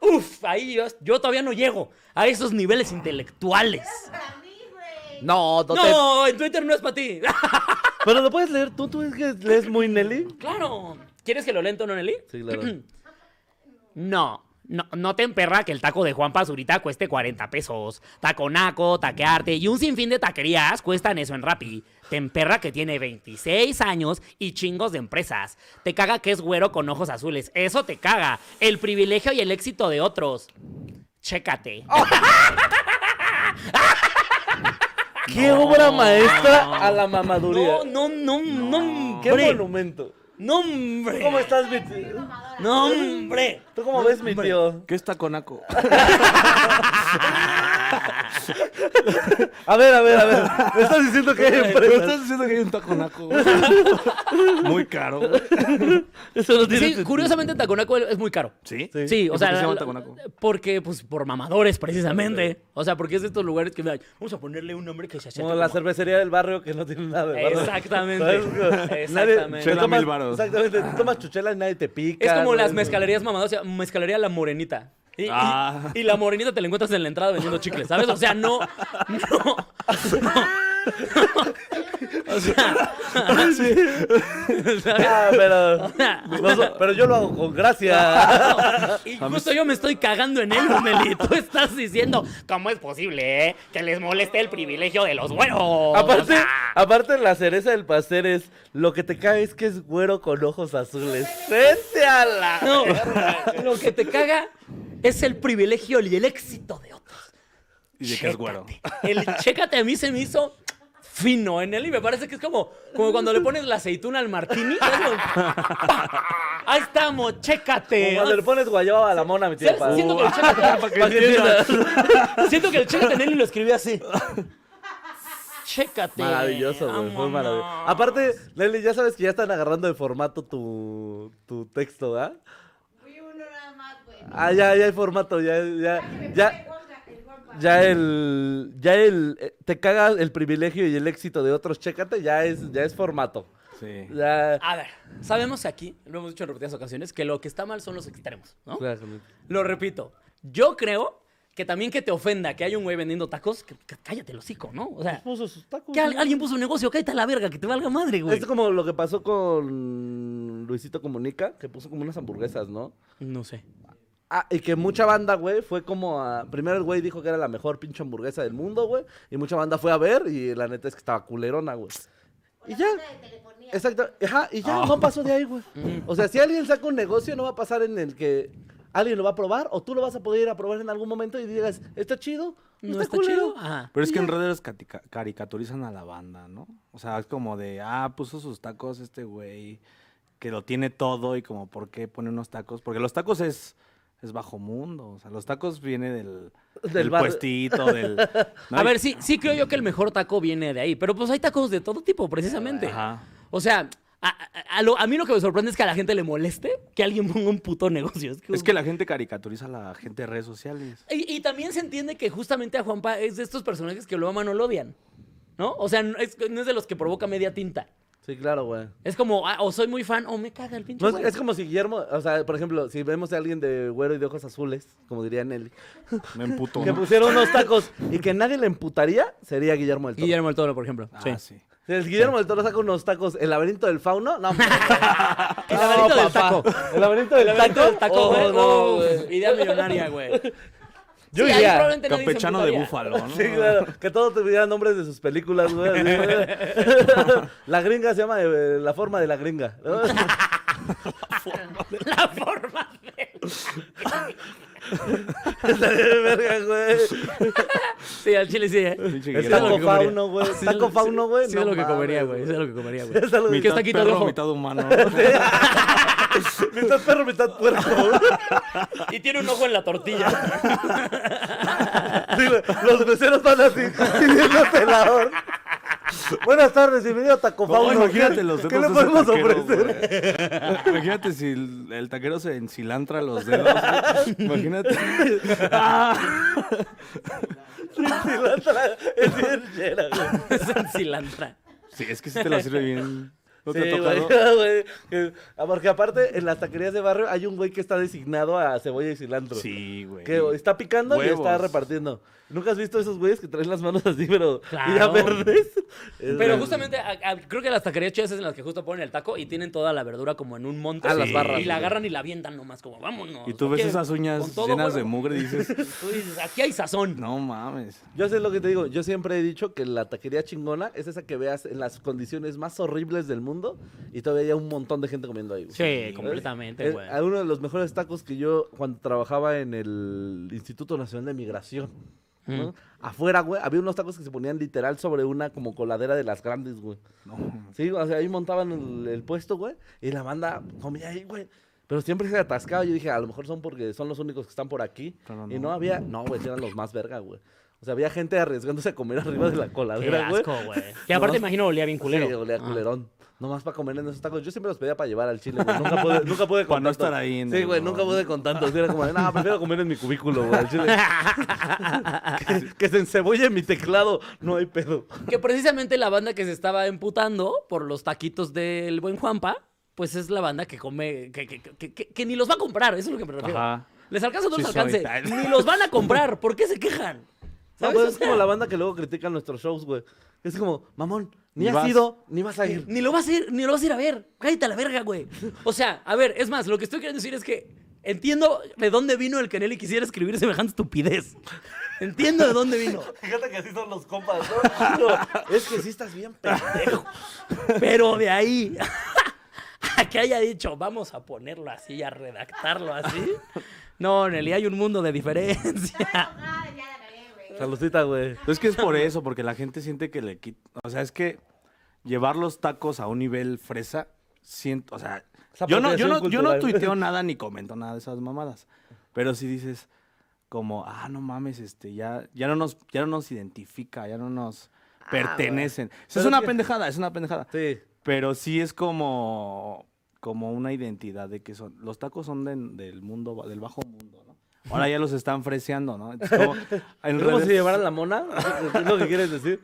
B: uff, ahí yo, yo todavía no llego a esos niveles intelectuales.
D: Para mí, güey.
A: No, no, te-
B: No, en Twitter no es para ti. [laughs]
A: Pero lo puedes leer tú, tú es que lees muy Nelly.
B: Claro. ¿Quieres que lo lento, Nelly?
A: Sí, claro.
B: [clears throat] No, no, no te emperra que el taco de Juan Pazurita cueste 40 pesos. Taconaco, taquearte y un sinfín de taquerías cuestan eso en Rappi. Te emperra que tiene 26 años y chingos de empresas. Te caga que es güero con ojos azules. Eso te caga. El privilegio y el éxito de otros. Chécate.
A: Oh, ¡Qué obra maestra a la mamaduría!
B: no, no, no, no,
A: ¡Qué
B: hombre.
A: monumento!
B: No, hombre.
A: ¿Cómo estás, mi tío?
B: No, hombre.
A: ¿Tú cómo ves, mi tío?
C: ¿Qué está conaco? [laughs]
A: A ver, a ver,
B: [laughs]
A: a ver. Me estás diciendo que hay
C: Pero
A: empresas.
C: estás diciendo que hay un taconaco. güey. [laughs] Muy caro. güey.
A: Eso no tiene
B: Sí,
A: sentido.
B: curiosamente Taconaco es muy caro.
C: ¿Sí?
B: Sí,
C: ¿Y
B: o
C: por
B: sea,
C: qué se llama
B: la-
C: Taconaco?
B: porque pues por mamadores precisamente. O sea, porque es de estos lugares que mira, vamos a ponerle un nombre que se acerque
A: Como la
B: como-
A: cervecería del barrio que no tiene nada de barrio.
B: Exactamente. [laughs]
A: ¿Sabes?
B: Exactamente.
A: te
C: Chela
A: tomas-
C: mil varos.
A: Exactamente. te Tomas chuchela y nadie te pica.
B: Es como
A: ¿no?
B: las mezcalerías mamadoras, o sea, mezcalería La Morenita. Y, y-
C: Ah.
B: y la morenita te la encuentras en la entrada vendiendo chicles, ¿sabes? O sea, no. No. [laughs] no. o sea, ¿sabes?
A: Ah,
B: [laughs]
A: pero, no so- pero yo lo hago con gracia. [laughs]
B: Y justo yo me estoy cagando en ellos, Meli. Tú estás diciendo, ¿cómo es posible eh, que les moleste el privilegio de los güeros?
A: Aparte,
B: O sea,
A: aparte la cereza del pastel es lo que te cae es que es güero con ojos azules. Vete a la.
C: [laughs]
B: no, lo que te caga es el privilegio y el éxito de otros.
C: Y de que es güero.
B: Chécate. El chécate a mí se me hizo fino en él y me parece que es como, como cuando le pones la aceituna al martini. ¿sabes? ¡Pah! Ahí estamos, chécate.
A: Como Cuando le pones guayaba a la mona, mi tía.
B: ¿Sabes?
A: pa-
B: Siento que
A: [laughs]
B: el
C: Ah, para que entiendas.
B: Siento que el chécate en él lo escribí así. Chécate.
A: Maravilloso, güey. Fue
B: vámonos.
A: maravilloso. Aparte, Nelly, ya sabes que ya están agarrando de formato tu, tu texto, ¿verdad?
D: Fui uno nada más, güey.
A: Ah, ya, ya hay formato, ya, ya, ya. Ya el, ya el, eh, te caga el privilegio y el éxito de otros, chécate, ya es, ya es formato.
C: Sí.
A: Ya,
B: A ver, sabemos que aquí, lo hemos dicho en repetidas ocasiones, que lo que está mal son los extremos, ¿no?
A: Exactamente.
B: Lo repito, yo creo que también que te ofenda que hay un güey vendiendo tacos, que, que cállate el hocico, ¿no? O sea,
A: Puso sus tacos.
B: que al- alguien puso un negocio, cállate a la verga, que te valga madre, güey.
A: Es como lo que pasó con Luisito Comunica, que puso como unas hamburguesas, ¿no?
B: No sé.
A: Ah, y que mucha banda, güey, fue como a... Primero el güey dijo que era la mejor pinche hamburguesa del mundo, güey. Y mucha banda fue a ver y la neta es que estaba culerona, güey. Y ya. Exacto. Ajá, y
B: Ah.
A: ya no pasó de ahí, güey.
B: Mm.
A: O sea, si alguien saca un negocio, no va a pasar en el que alguien lo va a probar o tú lo vas a poder ir a probar en algún momento y digas, está chido
B: No
A: Está
B: está,
A: culero.
B: chido. Ajá.
C: Pero es que en redes catica- caricaturizan a la banda, ¿no? O sea, es como de, ah, puso sus tacos este güey, que lo tiene todo y como, ¿por qué pone unos tacos? Porque los tacos es, es bajo mundo, o sea, los tacos viene del,
A: Del
C: del,
A: barrio.
C: puestito, del... ¿no?
B: [laughs] A
C: Y-
B: ver, sí, sí creo yo que el mejor taco viene de ahí. Pero pues hay tacos de todo tipo, precisamente.
C: Ajá.
B: O sea, a, a- a lo- a mí lo que me sorprende es que a la gente le moleste que alguien ponga un puto negocio. que-
C: Es que la gente caricaturiza a la gente de redes sociales.
B: Y, y también se entiende que justamente a Juanpa es de estos personajes que lo aman o lo odian. ¿No? O sea, no es, no es de los que provoca media tinta.
A: Sí, claro, güey.
B: Es como, ah, o soy muy fan o me caga el pinche.
A: No, es,
B: güey.
A: es como si Guillermo, o sea, por ejemplo, si vemos a alguien de güero y de ojos azules, como diría Nelly,
C: Me emputó.
A: que
C: ¿no?
A: pusiera unos tacos y que nadie le emputaría, sería Guillermo del Toro.
B: Guillermo del Toro, por ejemplo.
C: Ah, sí.
A: Si el Guillermo del Toro saca unos tacos, el laberinto del fauno, no. hombre.
B: [laughs] El laberinto
A: No,
B: del
A: papá.
B: taco.
A: El laberinto del
B: El laberinto
A: taco.
B: del taco, güey.
A: Oh, no,
B: Uf,
A: güey.
B: idea millonaria,
A: [laughs]
B: güey.
A: Yo
B: ahí
A: iría.
B: probablemente nadie se
C: Campechano de
B: emputaría.
C: búfalo, ¿no?
A: [laughs] Sí, claro. Que todos tuvieran nombres de sus películas, güey. así, güey. La gringa se llama eh, La forma de la gringa.
B: [laughs]
A: ¿no? [laughs]
B: La forma de.
A: Estaría de verga, güey.
B: Sí, al chile sí, ¿eh?
C: Pinche
A: Es
C: Guillermo.
A: taco
B: que comería.
A: fauno, güey.
B: Sí,
A: Taco
B: sí,
A: fauno, güey.
B: Sí,
A: no
B: es lo que
A: mames,
B: comiría, güey. Sí, es lo que comería, güey.
A: Es algo
B: ¿Qué está
C: Mitad
B: quitando
C: perro,
B: ojo?
C: mitad humano.
A: [laughs] Mitad perro, mitad puerco.
B: Y tiene un ojo en la tortilla.
A: Sí, güey, los meseros van así, pidiendo pelador. Buenas tardes, bienvenido a Taco
C: No,
A: Fauno.
C: imagínate los
A: ¿Qué,
C: dedos
A: ¿qué le
C: de ese
A: podemos
C: taquero,
A: ofrecer?
C: güey. Imagínate si el, el taquero se encilantra los dedos. güey.
A: [laughs]
C: Imagínate.
A: Sí, la tra- es bien llena, güey.
B: es en cilantra.
C: Sí, es que si te lo sirve bien. ¿No
A: Sí,
C: te
A: [laughs]
C: ha tocado?
A: güey, güey, que- ah, Porque aparte, en las taquerías de barrio hay un güey que está designado a cebolla y cilantro.
C: Sí, güey.
A: Que está picando y está
C: Huevos.
A: repartiendo. ¿Nunca has visto esos güeyes que traen las manos así, pero y ya
B: Claro.
A: verdes? Es
B: Pero
A: de-
B: justamente, a- a- creo que las taquerías chidas es en las que justo ponen el taco y tienen toda la verdura como en un monte.
A: Ah, las
B: Sí.
A: barras,
B: Y la
A: güey.
B: agarran y la avientan nomás, como vámonos.
C: Y tú
B: Aquí-
C: ves esas uñas
B: con todo,
C: llenas
B: güey.
C: de mugre y dices,
B: Tú dices, aquí hay sazón.
C: no mames.
A: Yo sé lo que te digo, yo siempre he dicho que la taquería chingona es esa que veas en las condiciones más horribles del mundo y todavía hay un montón de gente comiendo ahí. güey.
B: Sí, completamente,
A: Eh,
B: güey.
A: a uno de los mejores tacos que yo cuando trabajaba en el Instituto Nacional de Migración. ¿no?
B: Mm.
A: Afuera, güey, había unos tacos que se ponían literal sobre una como coladera de las grandes, güey.
C: No, mames.
A: Sí, o sea, ahí montaban el, el puesto, güey, y la banda comía ahí, güey. Pero siempre se atascaba. Yo dije, a lo mejor son porque son los únicos que están por aquí.
C: Pero
A: Y
C: no.
A: no había, no, güey, sí eran los más verga, güey. O sea, había gente arriesgándose a comer arriba de la coladera, güey.
B: güey. Que aparte,
A: No.
B: imagino, olía bien culero.
A: Sí, olía
B: Ah.
A: culerón. Nomás para comer en esos tacos. Yo siempre los pedía para llevar al chile, güey. Nunca pude, nunca pude
C: Pa'
A: con
C: no
A: tantos.
C: estar ahí en
A: Sí,
C: el-
A: güey, nunca pude con tantos. Era como, de, no, prefiero comer en mi cubículo, güey, al chile. que, que se encebolle mi teclado. No hay pedo.
B: Que precisamente la banda que se estaba emputando por los taquitos del buen Juanpa, pues es la banda que come, que, que- que- que- que ni los va a comprar, eso es lo que me refiero.
C: Ajá.
B: Les alcanza o no
C: Sí
B: les
C: soy.
B: alcance. Ni los van a comprar, ¿por qué se quejan?
A: No,
B: ¿Sabes?
A: güey,
B: O
A: es
B: sea,
A: como la banda que luego critica nuestros shows, güey. Es como, mamón, ni,
C: Ni
A: has
C: vas.
A: ido, ni vas a ir.
B: [laughs] Ni lo vas a ir, ni lo vas a ir a ver. Cállate a la verga, güey. O sea, a ver, es más, lo que estoy queriendo decir es que entiendo de dónde vino el que Nelly quisiera escribir semejante estupidez. Entiendo de dónde vino.
A: Fíjate que así son los compas, ¿no? No, es que sí estás bien pendejo.
B: Pero de ahí [laughs] a que haya dicho, vamos a ponerlo así, a redactarlo así. No, Nelly, hay un mundo de diferencia.
D: Ah, ya la cagué, güey.
A: Saludcita, güey.
C: Pues Es que es por eso, porque la gente siente que le quita. O sea, es que llevar los tacos a un nivel fresa, siento. O sea,
A: Esa
C: yo no, yo, no,
A: apropiación
C: yo no
A: cultural. [laughs]
C: tuiteo nada ni comento nada de esas mamadas. Pero si dices, como, ah, no mames, este, ya, ya, no, nos, ya no nos identifica, ya no nos pertenecen. O sea,
A: Pero
C: es una
A: que-
C: pendejada, es una pendejada.
A: Sí.
C: Pero sí es como, como una identidad de que son. Los tacos son del- del mundo, ba- del bajo mundo, ¿no? Ahora ya los están freseando, ¿no? Es
A: [laughs]
C: como, en
A: ¿Cómo
C: redes-
A: si llevaran la mona? ¿Es lo que quieres decir?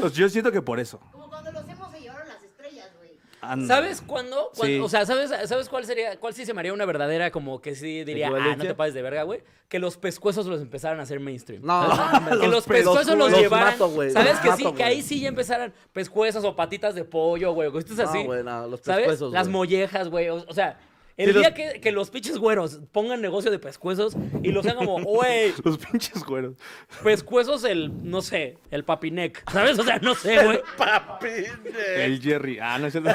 C: Pues yo siento que por eso.
D: Como cuando los hemos se llevaron las estrellas, güey.
C: Anda.
A: Mm.
B: ¿Sabes cuándo? Cuan-
C: Sí.
B: O sea, ¿sabes, ¿sabes cuál sería, cuál sí se me haría una verdadera como que sí diría, ah, no
A: ¿Equivalencia?
B: te pases de verga, güey? Que los pescuezos los empezaran a hacer mainstream.
A: No, [laughs]
B: ¿Sabes? que los
A: pe- los
B: pescuezos los,
A: güey.
B: llevaran.
A: Los mato, güey,
B: ¿Sabes
A: los
B: que sí?
A: mato,
B: Que
A: güey.
B: ahí sí ya empezaran pescuezos o patitas de pollo, güey, cosas
A: No,
B: así.
A: güey, no, los
B: ¿Sabes?
A: pescuezos,
B: Las
A: güey.
B: mollejas, güey. O, o sea, el
A: Sí, los-
B: día que, que los pinches güeros pongan negocio de pescuezos y los hagan como, güey,
C: Los pinches güeros.
B: pescuezos el, no sé, el papinec. ¿Sabes? O sea, no sé, güey.
C: El Jerry. Ah, no es cierto.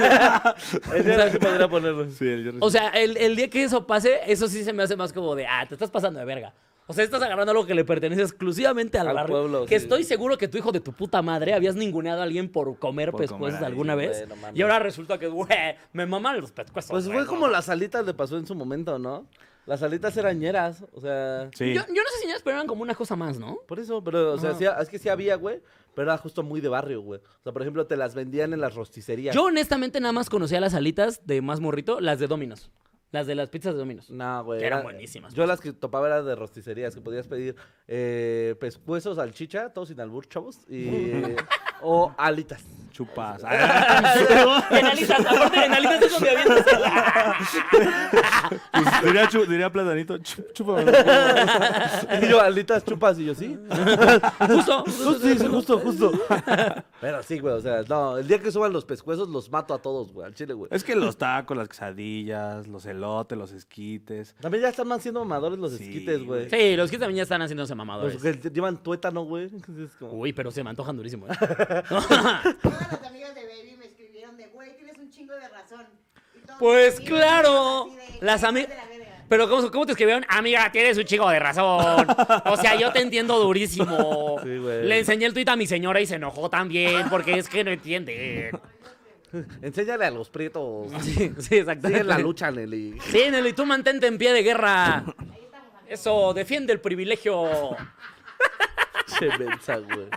A: Ese era así podría ponerlo.
C: sí, el Jerry.
B: O sea, el, el día que eso pase, eso sí se me hace más como de, ah, te estás pasando de verga. O sea, estás agarrando algo que le pertenece exclusivamente al,
A: Al
B: barrio,
A: pueblo,
B: Que
A: sí.
B: estoy seguro que tu hijo de tu puta madre habías ninguneado a alguien por comer
C: Por
B: pescuezos
C: comer ahí,
B: alguna
A: güey,
B: vez.
A: no mames.
B: y ahora resulta que, güey, me maman los pescuezos.
A: Pues
B: güey,
A: fue
B: no
A: como las alitas le pasó en su momento, ¿no? Las alitas eran ñeras, o sea...
C: Sí.
B: Yo, yo no sé si niñas, pero eran como una cosa más, ¿no?
A: Por eso, pero, o sea,
B: Ah.
A: sí- es que sí había, güey, pero era justo muy de barrio, güey. O sea, por ejemplo, te las vendían en las rosticerías.
B: Yo honestamente nada más conocía las alitas de más morrito, las de Dominos. Las de las pizzas de
A: [laughs]
B: Dominos.
A: No, güey.
B: Que eran
A: era-
B: buenísimas,
A: Yo las que topaba eran de rosticerías, que podías pedir eh, pescuezos, salchicha, todo sin albur, chavos, [laughs] y... o alitas.
C: Chupas. Ah,
B: en alitas, aparte en alitas es donde avientas el-
C: Pues diría, chu- diría platanito, "Chu- chúpame.
A: y yo, alitas, chupas, y yo, sí.
B: [laughs] Justo.
A: [laughs] Justo, sí, sí, justo, justo. Pero sí, güey, o sea, no, el día que suban los pescuezos los mato a todos, güey, al chile, güey.
C: Es que los tacos, las quesadillas, los elotes, los esquites.
A: También ya están más siendo mamadores los
C: Sí,
A: esquites, güey.
B: Sí, los que también ya están haciéndose
A: Los
B: mamadores.
A: que te- llevan tuétano, güey. [laughs] Es como-
B: Uy, pero se me antojan durísimo. ¿eh?
D: Todas las amigas de Baby me escribieron de, güey, tienes un chingo de razón. Y todos
B: Pues
D: escribieron
B: claro.
D: así de,
B: Las
D: "Estás
B: amigas.
D: de la verga".
B: [laughs] Pero ¿cómo, cómo te escribieron? Amiga, tienes un chico de razón. O sea, yo te entiendo durísimo.
A: Sí, güey.
B: Le enseñé el tuit a mi señora y se enojó también porque es que no entiende.
A: Enséñale a los prietos.
B: Sí, sí,
A: [laughs] Sigue
B: exactamente.
A: en la lucha, Nelly.
B: Sí, Nelly, tú mantente en pie de guerra. Eso, defiende el privilegio.
A: Che, mensa, güey.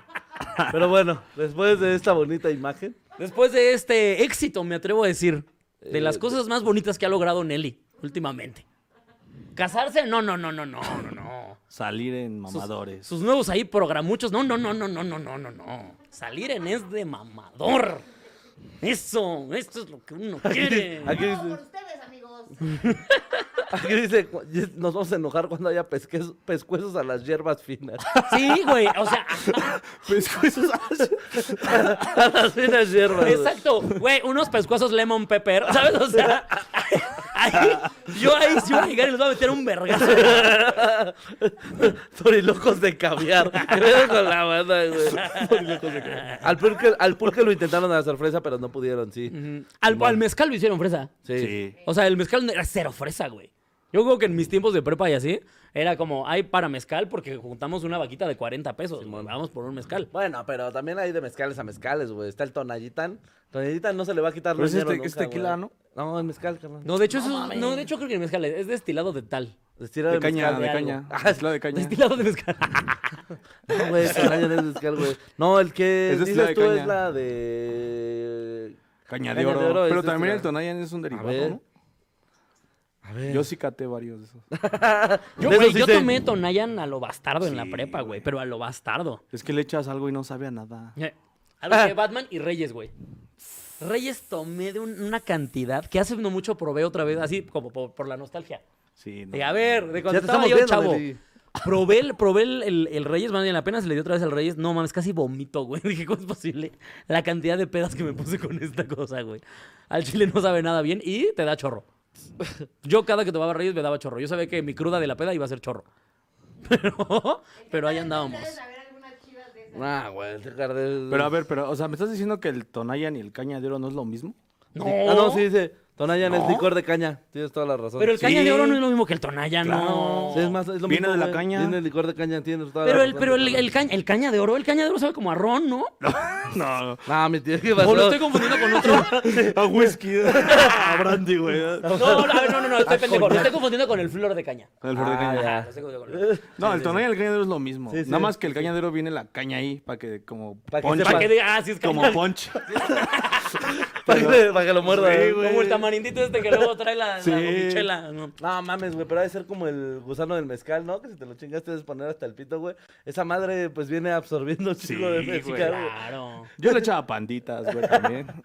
A: Pero bueno, después de esta bonita imagen,
B: Después de este éxito, me atrevo a decir, de las
A: Eh,
B: cosas más bonitas que ha logrado Nelly últimamente. ¿Casarse? No, no, no, no, no, no, no.
C: Salir en
B: [laughs]
C: mamadores.
B: Sus nuevos ahí programuchos. No, no, no, no, no, no, no, no, no. Salir en es de mamador. Eso, esto es lo que uno quiere.
A: aquí
D: Bravo
A: dice-
D: por ustedes, amigos.
A: aquí dice, cu- y- nos vamos a enojar cuando haya pesques- pescuezos a las hierbas finas. [laughs]
B: Sí, güey, o sea,
C: Pescuezos.
A: A las finas hierbas. güey.
B: exacto, güey, unos pescuezos lemon pepper, [laughs] ¿sabes? O sea, ahí, yo ahí sí voy a llegar y les voy a meter un vergazo.
A: Torilocos de caviar. ¿Qué pedo con la banda, güey? Torilocos de caviar. Al pulque, al pulque lo intentaron a la sorpresa, pero no pudieron, sí.
B: Al, al mezcal lo hicieron fresa.
A: Sí.
C: Sí.
B: O sea, el mezcal era cero fresa, güey. Yo creo que en mis tiempos de prepa y así, era como, hay para mezcal porque juntamos una vaquita de 40 pesos. güey, Vamos por un mezcal.
A: Bueno, pero también hay de mezcales a mezcales, güey. Está el Tonallitan. Tonallitan no se le va a quitar
C: Pero
A: los
C: es este-
A: hierros
C: es
A: nunca,
C: tequila,
A: güey. No, el mezcal, carnal.
B: No, de hecho, eso es- no, de hecho creo que el mezcal es, es destilado de
A: [laughs]
B: tal.
A: Destilado
C: De
A: de
C: caña,
A: mezcal.
C: de
B: de
C: caña.
B: algo.
C: Ah, Es lo
B: [laughs]
C: de caña.
B: Destilado de mezcal.
A: No, güey, Tonallitan es mezcal, güey. No, el que
C: Es
A: dices
C: destilado de
A: tú
C: caña.
A: es la de... Caña
C: Caña de
A: de
C: oro.
A: oro,
C: Pero
A: es de
C: también el
A: este-
C: Tonayan es un
A: ver. eh.
C: derivado,
A: A
C: ¿no?
A: ver.
C: Yo sí caté varios de esos.
B: Yo,
A: [laughs] De
B: güey,
A: esos
B: yo
A: sí sé.
B: tomé Tonayan a lo bastardo en la
C: Sí,
B: prepa, güey,
C: güey.
B: pero a lo bastardo.
C: Es que le echas algo y no sabe a nada.
B: Eh, Algo
A: Ah.
B: de Batman y Reyes, güey. Reyes tomé de un- una cantidad que hace no mucho probé otra vez, así como por, por la nostalgia.
C: Sí, no.
B: De, a ver, de cuando
A: te
B: estaba
A: estamos
B: yo
A: viendo,
B: chavo.
A: Nelly.
B: Probé, el, probé el, el- el Reyes, más bien apenas le dio otra vez al Reyes. No mames, casi vomito, güey. [laughs] Dije, ¿cómo es posible? La cantidad de pedas que me puse con esta cosa, güey. Al chile no sabe nada bien y te da chorro. Yo cada que tomaba Reyes me daba chorro. Yo sabía que mi cruda de la peda iba a ser chorro. [laughs] Pero, pero ahí andábamos.
D: Ustedes a ver algunas chivas de esas.
A: Ah, güey, el Tecardes-
C: Pero a ver, pero, o sea, ¿me estás diciendo que el Tonayan y el Caña de oro no es lo mismo?
B: No,
A: Ah, no, sí dice. Tonayan es licor de caña. Tienes toda la razón.
B: Pero el caña
C: Sí.
B: de oro no es lo mismo que el tonalla, no.
A: Sí, es más, es lo
C: Viene
A: mismo,
C: de la
A: güey.
C: caña.
A: Viene el licor de caña, tienes toda
B: Pero
A: la
B: el,
A: razón.
B: pero el, el caña, el caña de oro, el caña de oro sabe como a ron, ¿no?
C: No,
A: No, me tienes que
B: O
A: pasar.
B: lo estoy confundiendo con otro.
C: a [laughs] whisky, a brandy, güey.
B: No, no, a ver, no, no, no, estoy pendejo. Lo estoy confundiendo con el flor de caña.
C: El flor de
A: Ah,
C: caña.
A: ya.
B: Ah, lo estoy confundiendo con-
C: No, el Tonayan y el Caña de oro es lo mismo.
A: Sí, sí.
C: Nada más que el Caña de oro viene la caña ahí para que como
A: Pa' que
C: ponche.
A: sepa.
B: Para que diga, ah, sí es caña.
C: [laughs] Como ponche.
A: [laughs] Para que, para que lo muerda.
C: Sí, güey.
B: Como el tamarindito este que luego trae la,
C: Sí.
B: la gomichela, ¿no?
A: No mames, güey, pero ha de ser como el gusano del mezcal, ¿no? Que si te lo chingaste es poner hasta el pito, güey. Esa madre, pues viene absorbiendo un chico de
C: Sí, güey.
A: mezcal, güey.
B: Claro.
C: Yo le echaba panditas, güey, también.
B: ¿Al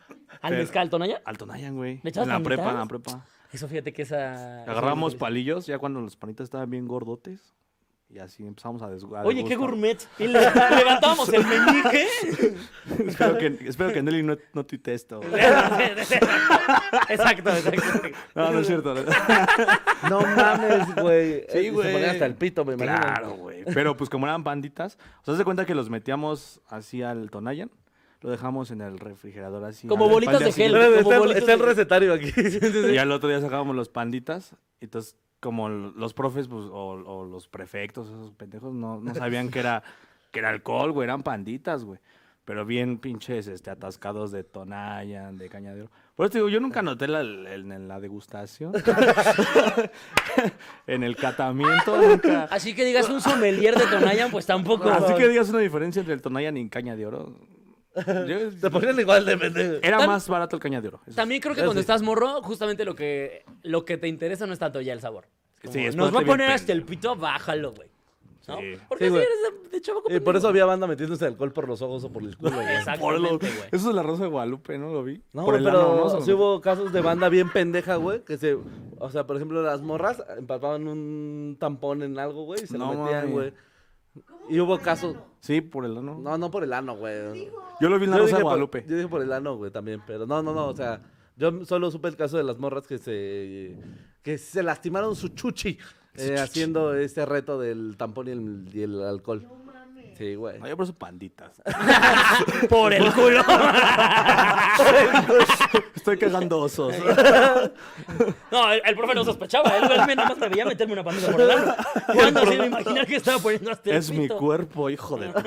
C: Pero-
B: mezcal, Tonaya?
C: Al Tonayan, güey.
B: ¿Le echabas
C: En la prepa, en la
B: panditas?
C: prepa.
B: Eso fíjate que esa...
C: Agarramos
B: esa-
C: palillos, ya cuando los panitas estaban bien gordotes. Y así empezamos a desguardar.
B: Oye, qué gourmet. Y le- levantábamos el meñique.
C: [laughs] espero, que, espero que Nelly no, no tuitee
B: [laughs]
C: esto.
B: exacto, exacto.
C: No, no es cierto.
A: No mames, Ah. [laughs] güey.
C: Sí,
A: Eh, y
C: güey.
A: Se ponía hasta el pito, me imagino.
C: Claro, güey. Pero pues como eran banditas, o sea, se cuenta que los metíamos así al Tonayan, lo dejamos en el refrigerador así.
B: Como
C: al- al
B: bolitas
C: día
B: de gel.
C: siguiente.
A: Está,
B: Como
A: el- [laughs]
B: bolitos
A: está el
B: de-
A: recetario aquí.
C: Y al otro día sacábamos los panditas, y entonces como l- los profes pues, o, o los prefectos, esos pendejos, no, no sabían que
B: [laughs]
C: era, que era alcohol, güey, eran panditas, güey. Pero bien pinches este, atascados de Tonayan, de Cañadero. Por eso te digo, yo nunca noté la, la- en la degustación, [laughs] en el catamiento, nunca.
B: Así que digas un sommelier de Tonayan, pues tampoco.
C: Así que digas una diferencia entre el Tonayan y Caña de Oro.
A: [laughs]
C: Yo-
A: Te ponían igual de pendejo.
C: era
B: Tam-
C: más barato el Caña de Oro. eso sí.
B: También creo que cuando estás morro, justamente lo que, lo que te interesa no es tanto ya el sabor. Es
C: Sí,
B: como,
C: es
B: Nos va a
C: ponerte
B: poner
C: bien
B: hasta el pito, bájalo, güey. ¿No?
C: Sí.
B: Porque
A: Sí,
B: si
A: güey.
B: eres de, de chamaco
A: Y por
B: pendejo.
A: eso había banda metiéndose alcohol por los ojos o por el culo, güey.
C: Por lo-
B: Exactamente, güey.
C: Eso es la Rosa de Guadalupe, ¿no? Lo vi.
A: No,
C: Por
A: güey,
C: el ano,
A: pero
C: ¿no? Se lo
A: sí hubo casos de banda bien pendeja, güey, que se... O sea, por ejemplo, las morras empapaban un tampón en algo, güey, y se
C: No,
A: lo metían,
C: mami.
A: güey.
D: ¿Cómo?
A: Y hubo
D: Por
A: casos...
D: ano.
C: Sí, por el ano.
A: No, no por el ano, güey.
D: Dijo,
C: Yo lo vi en la
A: Yo dije pues,
C: Rosa de
A: por-
C: Guadalupe.
A: yo dije por el ano, güey, también, pero no, no, no, o sea, yo solo supe el caso de las morras que se... que se lastimaron su chuchi eh, haciendo este reto del tampón y el, y el alcohol.
D: no mames.
A: Sí, güey.
C: No, yo por eso panditas.
B: Por el culo.
C: Estoy cagando
A: [laughs]
C: osos.
B: [laughs]
A: Este
B: No, el, el profe no sospechaba. Él, él me- nada más me veía meterme una pantalla por el ano. ¿Cuándo se iba a imaginar que estaba poniendo hasta el
C: es mi
B: pito?
C: cuerpo, hijo
A: [laughs]
C: de puta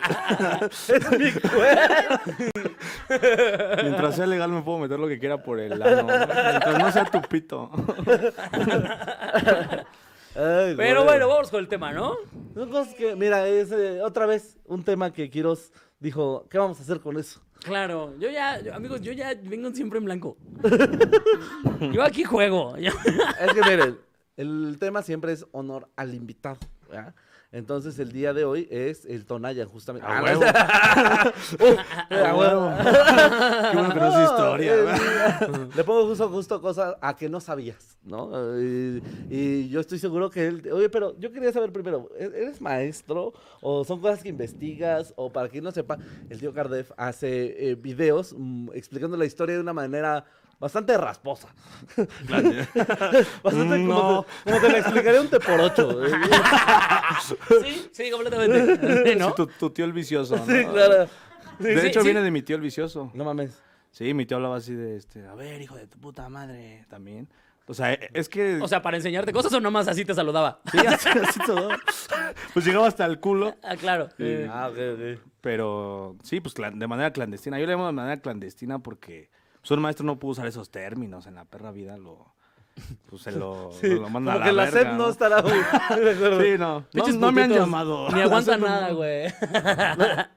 C: madre.
A: Es mi cuerpo.
C: Mientras sea legal me puedo meter lo que quiera por el ano. ¿no? Mientras no sea tu pito.
A: Ay,
B: Pero
A: güey.
B: bueno, vamos con el tema, ¿no?
A: Son cosas que, mira, es eh, otra vez un tema que Quiroz dijo, ¿qué vamos a hacer con eso?
B: Claro, yo ya, yo- amigos, yo ya vengo siempre en blanco. Yo aquí juego. [laughs] Yo-
A: Es que miren, el tema siempre es honor al invitado, ¿verdad? Entonces el día de hoy es el Tonayan, justamente.
C: A
A: Ah, no,
C: huevo. [laughs]
A: eh, a huevo.
C: Qué bueno que no es historia.
A: eh,
C: ¿verdad?
A: [laughs] le pongo justo, justo cosas a que no sabías, ¿no? Eh, Y, y yo estoy seguro que él, oye, pero yo quería saber primero, ¿e- ¿eres maestro o son cosas que investigas o para quien no sepa, el tío Cardef hace eh, videos mm, explicando la historia de una manera bastante rasposa.
C: [laughs]
A: bastante como,
C: Mm, No. Ah,
A: te, como te la explicaría un te por ocho.
C: [laughs]
A: eh.
B: Sí, sí,
C: [laughs]
B: completamente. ¿No?
C: Sí, tu, tu tío el vicioso. ¿no?
A: Sí, claro.
C: De
B: sí,
C: hecho,
B: sí.
C: viene de mi tío el vicioso.
A: No mames.
C: Sí, mi tío hablaba así de este, a ver, hijo de tu puta madre, también. O sea, e- es que...
B: O sea, para enseñarte cosas o nomás así te saludaba. [laughs]
C: sí, [laughs] así, así todo. Pues llegaba hasta el culo.
B: Ah, claro.
C: Sí.
A: Ah, ok, ok.
C: Pero sí, pues clan- de manera clandestina. Yo le llamo de manera clandestina porque pues, un maestro no pudo usar esos términos en la perra vida. Lo, pues se lo,
A: [laughs] Sí,
C: lo manda a
A: como
C: la
A: que la
C: verga,
A: SEP no estará muy- muy de acuerdo.
C: Sí, no. No,
B: Pinches
C: no me han
B: putitos,
A: [laughs]
C: llamado. [laughs]
B: Ni aguanta nada, güey. [laughs]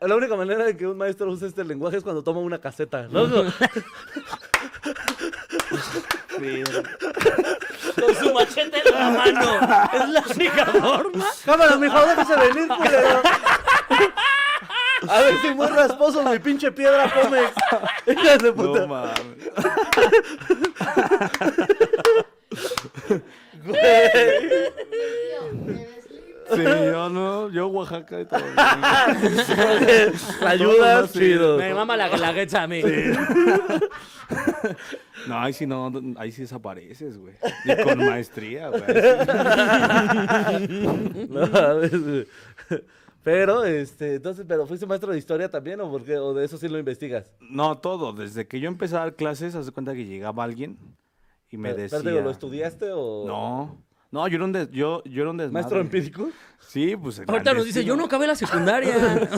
A: No, la única manera de que un maestro use este lenguaje es cuando toma una caseta.
C: Mm,
A: Loco,
C: Sí.
B: Con su machete en la mano. Es la única forma.
A: cámara, mijo, déjese
C: [laughs]
A: venir, culero. A ver si muy rasposo mi pinche piedra comes.
C: [laughs]
A: Hijas de puta. [laughs]
C: No mames.
D: Tío, te ves lindo.
C: Sí, yo no. Yo
A: [laughs]
C: Oaxaca y todo. bien.
A: [laughs] La ayudas,
C: Sí.
A: chido.
B: Me mama la galaguecha a mí.
C: No, ahí sí no. Ahí sí desapareces, güey. Y con maestría, güey. ahí sí.
A: [laughs] No, a ver, güey. pero, este, entonces, pero fuiste maestro de historia también o porque o de eso sí lo investigas.
C: No, todo. Desde que yo empecé a dar clases, haz de cuenta que llegaba alguien y me
A: Pero-
C: decía...
A: pero digo, ¿lo estudiaste o
C: No. No, yo era un, des- yo, yo era un desmadre.
A: maestro empírico?
C: Sí, pues. el
B: Ahorita nos dice, yo no
C: clandestino.
B: acabé la secundaria.